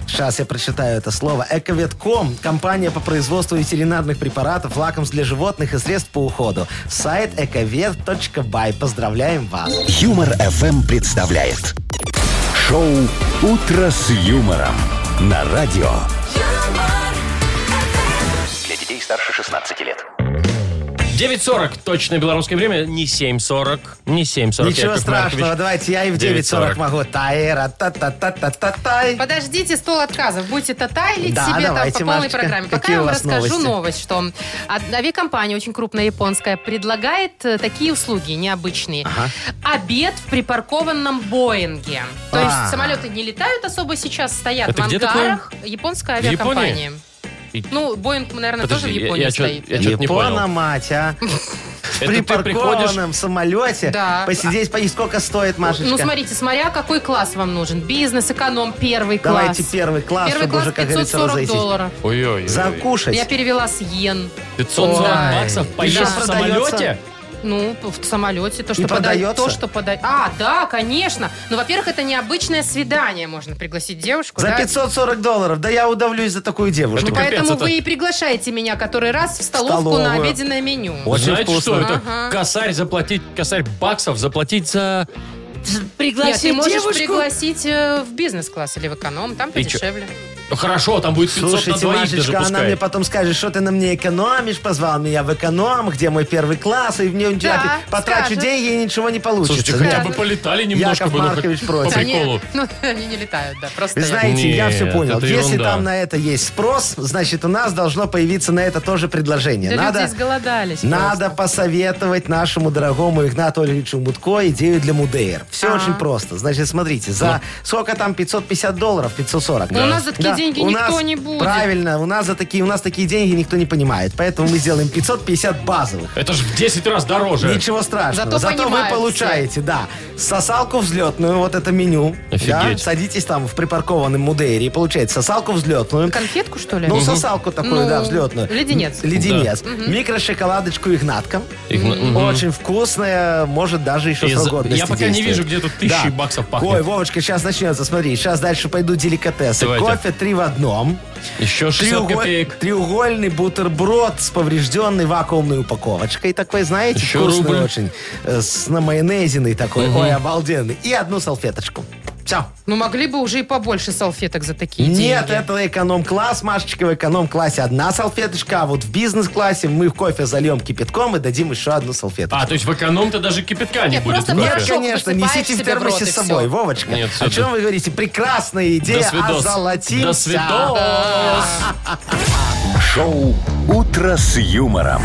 Сейчас я прочитаю это слово. Эковетком – компания по производству ветеринарных препаратов, лакомств для животных и средств по уходу. Сайт эковет.бай. Поздравляем вас.
Юмор FM представляет шоу Утро с юмором на радио.
юмор,
Для детей старше 16 лет.
9.40, точное белорусское время, не 7.40, не 7.40.
Ничего
Яков
страшного,
Маркович.
давайте я и в 9.40
9.40.
могу. Таэра, та-та-та-та-та-тай.
Подождите стол отказов. Будете татайлить
Да,
себе
давайте,
там по полной
Машечка.
программе. Пока
Какие
я
у
вам
вас
расскажу
новости?
новость, что од- авиакомпания, очень крупная японская, предлагает э, такие услуги необычные. Обед в припаркованном Боинге. То
А.
есть самолеты не летают особо сейчас, стоят
Это
в
где такое?
ангарах. Японская
В Японии?
авиакомпания.
И-
Ну, Боинг, наверное, тоже в
Подожди, я-
Японии
я чё-
стоит.
я чё- что-то не
Япона,
понял.
мать, а. В
Это ты приходишь...
припаркованном самолете
Да.
посидеть, по- и сколько стоит, Машечка?
Ну, смотрите, смотря какой класс вам нужен. Бизнес, эконом, первый класс.
Давайте первый класс,
Первый
чтобы
класс
уже, как говорится,
540
разойтись.
долларов.
Ой-ой-ой.
Закушать.
Я перевела с йен.
540
Ой.
баксов
И
поешь
сейчас
в
продается?
самолете?
Ну, в самолете. То, что
И
подает.
продается?
То, что подает. А, да, конечно. Ну, во-первых, это необычное свидание. Можно пригласить девушку.
За
да?
540 долларов. Да я удавлюсь за такую девушку.
Это
Ну,
капец,
Поэтому
это-
вы и приглашаете меня который раз в столовку
столовую.
на обеденное меню.
Очень
Знаете,
вкусно.
что это?
Ага.
Косарь заплатить, косарь баксов заплатить за...
Нет, ты можешь пригласить э, в бизнес-класс или в эконом, там
И чё?
подешевле.
Ну, Хорошо, там будет 500 на
Слушайте,
двоих даже
Машечка, она
пускай.
мне потом скажет, что ты на мне экономишь, позвал меня в эконом, где мой первый класс, и в нем
Да,
потрачу
скажет.
деньги, и ничего не получится.
Слушайте, хотя
Да.
бы полетали немножко
Яков
бы, ну, хоть
Маркович
по
против.
приколу.
ну, они не летают, да. Просто
Вы знаете, я
Нет,
все понял.
это
Если
ерунда.
там на это есть спрос, значит, у нас должно появиться на это тоже предложение.
Да
Надо...
люди изголодались.
Надо посоветовать нашему дорогому Игнату Ольговичу Мутко идею для Мудейр. Все очень просто. Значит, смотрите, за сколько там, 550 долларов, 540.
Ну, у нас за такие деньги
у
никто
нас-
не будет.
Правильно, у нас за такие, у нас такие деньги никто не понимает. Поэтому мы сделаем 550 базовых.
Это же в 10 раз дороже.
Ничего страшного.
Зато
вы
понимают все.
получаете, да, сосалку взлетную, вот это меню. Да,
Офигеть.
садитесь там в припаркованном Мудейре и получаете сосалку взлетную.
Конфетку, что ли?
Ну, сосалку такую,
Ну,
да, взлетную.
леденец.
М, Леденец. Микрошоколадочку Игнатка.
Их на- мгм.
Очень вкусная, может даже еще
Из-
срок годности
я пока не
действует.
вижу, где тут тысячи баксов пахнет.
Ой, Вовочка, сейчас начнется, смотри. Сейчас дальше пойду деликатесы.
Давайте.
Кофе три в одном.
Еще 60
Треуголь-
копеек.
Треугольный бутерброд с поврежденной вакуумной упаковочкой. Такой, знаете,
Еще
вкусный
рубль.
очень. э, С на майонезиной такой. Ой, обалденный. И одну салфеточку. Все.
Ну, могли бы уже и побольше салфеток за такие деньги.
Нет, это эконом-класс, Машечка, в эконом-классе одна салфеточка, а вот в бизнес-классе мы в кофе зальем кипятком и дадим еще одну салфеточку.
А, то есть в эконом-то даже кипятка не
Нет,
будет.
просто
в
Нет,
А, кофе.
хорошо.
конечно,
Высыпаешь
несите в
себе в рот
термосе
и
с
всё.
собой, Вовочка.
Нет, всё,
О чем
да.
вы говорите? Прекрасная
До
идея, а
свидос.
золотимся.
До свидос.
Шоу «Утро с юмором».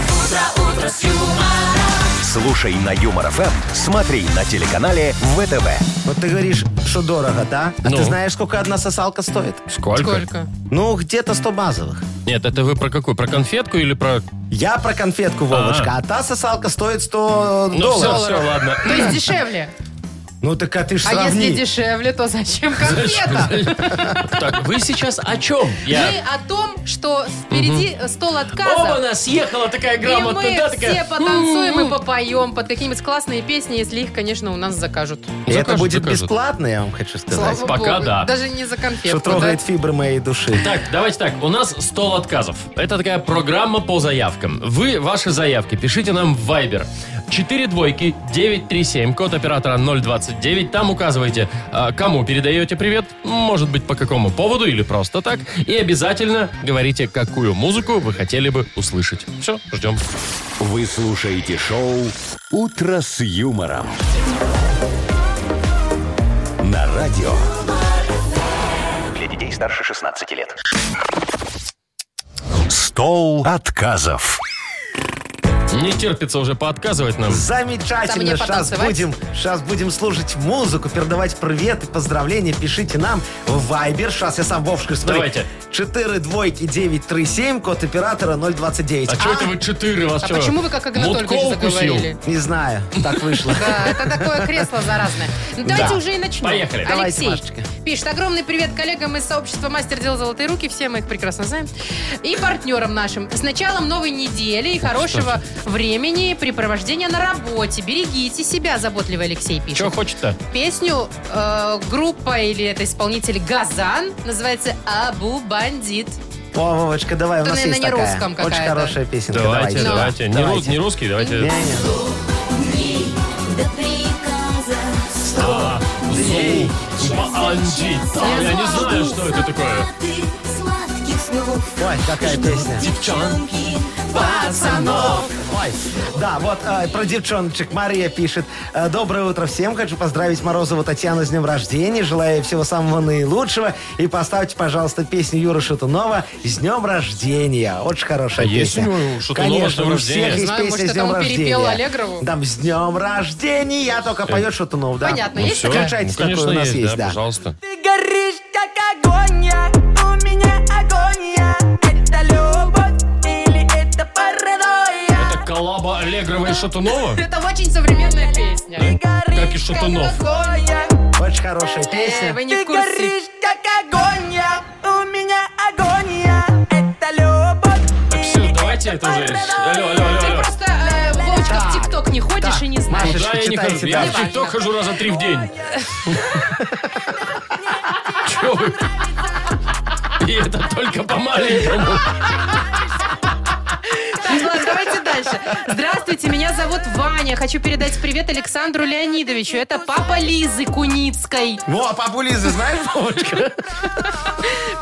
Слушай на Юмор ФМ, смотри на телеканале ВТВ.
Вот А ты говоришь, что дорого, да? А
Ну.
ты знаешь, сколько одна сосалка стоит?
Сколько?
Сколько?
Ну, где-то 100 базовых.
Нет, это вы про какую? Про конфетку или про...
Я про конфетку, Вовочка, а, та сосалка стоит 100
Ну
долларов.
все, все, ладно.
То есть дешевле.
Ну, так а ты ж
А
сравни.
если дешевле, то зачем конфета?
Так, вы сейчас о чем?
Мы
Я...
о том, что впереди э, стол
Оба
отказов.
нас съехала такая
И
грамотно,
мы
да,
все
такая...
потанцуем и попоем под какие-нибудь классные песни, если их, конечно, у нас закажут.
И это
Закажут,
будет
закажут.
бесплатно, я вам хочу сказать.
Слава
пока
богу.
да.
Даже не за
Что
конфетку.
трогает
да?
фибры моей души.
Так, давайте так. У нас стол отказов. Это такая программа по заявкам. Вы ваши заявки пишите нам в Viber. 4 двойки 937, код оператора 029. Там указывайте, а, кому передаете привет, может быть, по какому поводу или просто так. И обязательно говорите, какую музыку вы хотели бы услышать. Все, ждем.
Вы слушаете шоу «Утро с юмором». На радио
Для детей старше 16 лет.
«Стол отказов».
Не терпится уже поотказывать нам.
Там мне
Замечательно. Сейчас
потанцевать?
будем, сейчас будем слушать музыку, передавать привет и поздравления. Пишите нам в Viber. Сейчас я сам Вовшка смотрю.
Давайте.
4 двойки 937, код оператора 029.
А, что это вы четыре вас
А
чё?
почему вы как Игнат
Мутко
Ольгович
укусил?
заговорили?
Не знаю, так вышло.
Да, это такое кресло заразное. Ну, Давайте уже и начнем.
Поехали.
Алексей
Давайте, Машечка.
пишет. Огромный привет коллегам из сообщества «Мастер дел золотые руки». Все мы их прекрасно знаем. И партнерам нашим. С началом новой недели и хорошего времени препровождения на работе. Берегите себя, заботливый Алексей пишет.
Чё хочет-то?
Песню э, группа или это исполнитель «Газан» называется «Абу Бандит».
О, Вовочка, давай, у
Это,
нас есть
наверное, не
такая.
русском
Очень
какая-то.
хорошая песенка.
Давайте, давайте. Не, ру-
Давайте.
не русский, давайте.
Не-не.
Зул, Баанджи. Типа А, Я не знаю, что это такое.
Ой, какая песня. пацанов. Ой. Да, вот э, про девчоночек Мария пишет. Э, Доброе утро всем. Хочу поздравить Морозову Татьяну с днем рождения. Желаю ей всего самого наилучшего. И поставьте, пожалуйста, песню Юры Шатунова «С днем рождения». Очень хорошая
А есть
песня.
у него у Шатунова «С
Конечно,
днем
у всех
рождения»?
есть
Знаю,
песня
может,
«С днем
это он
рождения».
перепел Аллегрову?
Там «С днем рождения»
Э,
только поет Шатунов, да.
Понятно. Ну, Есть
всё.
такая?
Включайте,
Ну, конечно,
такое у нас есть,
да,
да.
пожалуйста.
Ты горишь, как огонь я, у меня огонь я. Это любовь или это паранойя?
Это коллаба Аллегрова и Шатунова?
Это очень современная песня.
Ты горишь,
Как и Шатунов.
огонь я,
Очень хорошая
Э,
песня.
Вы не
ты
в курсе.
горишь, как огонь я, у меня огонь я. Это любовь
Так все, давайте это уже. Алло, алло, алло,
Ты
алло.
просто, э, Вовочка, в
Так,
ТикТок не ходишь
так,
и не знаешь.
Маша,
Да, я не
Читайте
хожу. Я в
дальше.
ТикТок хожу раза три в день. Чё вы? И это только по маленькому.
Так, ладно, давайте дальше. Здравствуйте, меня зовут Ваня. Хочу передать привет Александру Леонидовичу. Это папа Лизы Куницкой.
Во, папу Лизы знаешь, Вовочка?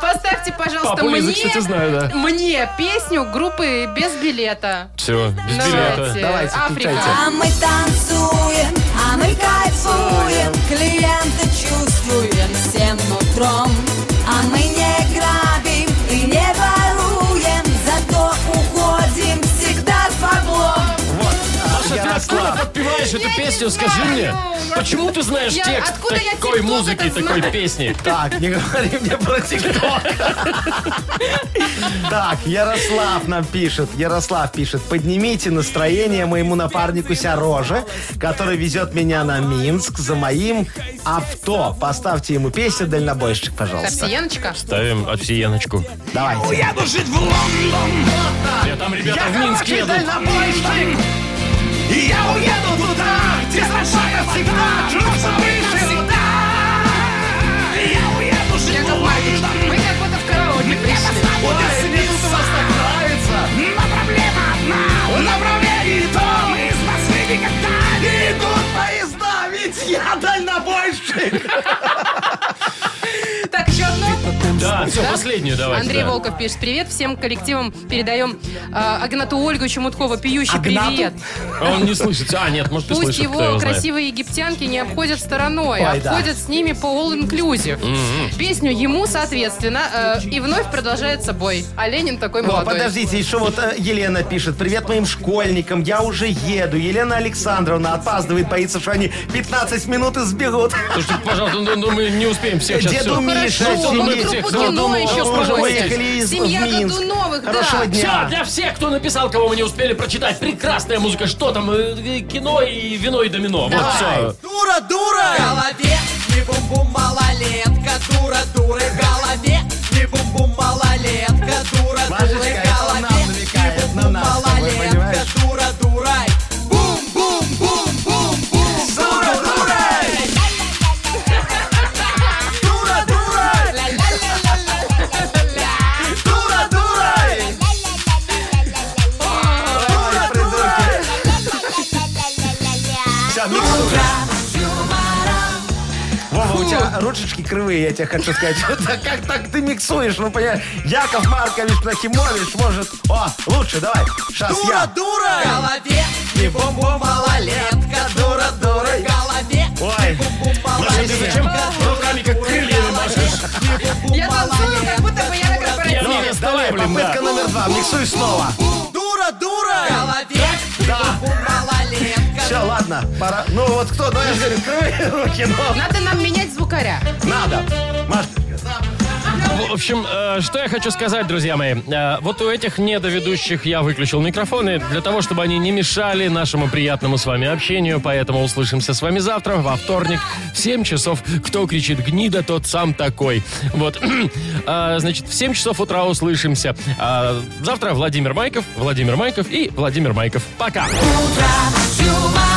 Поставьте, пожалуйста,
Папу
мне,
Лизы, кстати, знаю, да.
мне песню группы «Без билета».
Все, без
Ну,
билета.
Давайте.
Давайте,
Африка.
включайте.
А мы танцуем, а мы кайфуем Клиента чувствуем всем нутром А мы не грабим и не воруем Зато уходим всегда с баблом
Маша, ты откуда А подпеваешь эту песню, скажи мне? Почему ты знаешь
ну, Я-
текст
откуда я
такой
TikTok
музыки,
это
такой
знаю?
песни?
Так, не говори мне про ТикТок. Так, Ярослав нам пишет. Ярослав пишет. Поднимите настроение моему напарнику Сяроже, который везет меня на Минск за моим авто. Поставьте ему песню «Дальнобойщик», пожалуйста.
Овсиеночка.
Ставим овсиеночку.
Давайте.
Я там, ребята, в Минск еду.
Яков Маркович, мы как будто в караоке пришли. Так, еще одно.
Да, все,
Да?
Ну, последнюю давайте.
Андрей
да.
Волков пишет. Привет всем коллективам. Передаем э, Агнату Ольгу Чемуткова. Пьющий
Агнату?
привет.
А он не слышит. А, нет, может, и
Пусть
слышит,
его,
кто его знает.
красивые египтянки не обходят стороной, а
Ой, да.
обходят с ними по all inclusive. Песню ему, соответственно, э, и вновь продолжается бой. А Ленин такой
О,
молодой.
подождите, еще вот э, Елена пишет. Привет моим школьникам, я уже еду. Елена Александровна опаздывает, боится, что они 15 минут и сбегут.
Слушайте, пожалуйста, ну, ну, мы не успеем всех сейчас.
Деду
все.
Миша,
Хорошо,
мы
семье-
группу
Ну,
Годунова
ну,
еще
ну, уже
спросим.
поехали из-
Семья
в Минск.
Годуновых, да.
Хорошего
Все,
дня.
для всех, кто написал, кого мы не успели прочитать. Прекрасная музыка. Что там? э, э, Кино и вино и домино. Вот все.
Дура, дура! голове, не бум-бум, малолетка, дура, дура, в голове, не бум-бум, малолетка, дура, дура, в
Машечка,
голове,
это нам намекает,
не
на
бум-бум,
нас с тобой,
малолетка,
понимаешь?
дура, дурай, бум-бум-бум-бум-бум, дура, дурай! Дура, дурай! Дура, дурай! Дура, дурай!
Всё, миксуем. ну, Вова, у тебя ручечки кривые, я тебе хочу сказать. Вот так, как так ты миксуешь? Ну, понимаешь, Яков Маркович Нахимович может... О, лучше, давай. Сейчас я. а
дура! В голове не бум-бум, малолетка, дура, дура, в голове а
Ой,
Маша, ты зачем руками как крыльями машешь?
Я танцую, как будто бы я на
Я
корпоративе.
не
давай,
доставай, блин, да.
попытка номер два. Миксуй снова.
Дура, дура! В голове
Да.
бум-бум, а малолетка,
Все, ладно, пора. Ну вот кто, ну я же говорю, кривые руки, но
Надо нам менять звукаря.
надо. Маш,
В общем, э, что я хочу сказать, друзья мои. Э, Вот у этих недоведущих я выключил микрофоны для того, чтобы они не мешали нашему приятному с вами общению. Поэтому услышимся с вами завтра, во вторник, в 7 часов. Кто кричит «гнида», тот сам такой. Вот. Э, Значит, в 7 часов утра услышимся. А Завтра Владимир Майков, Владимир Майков и Владимир Майков. Пока!
утро с юмором.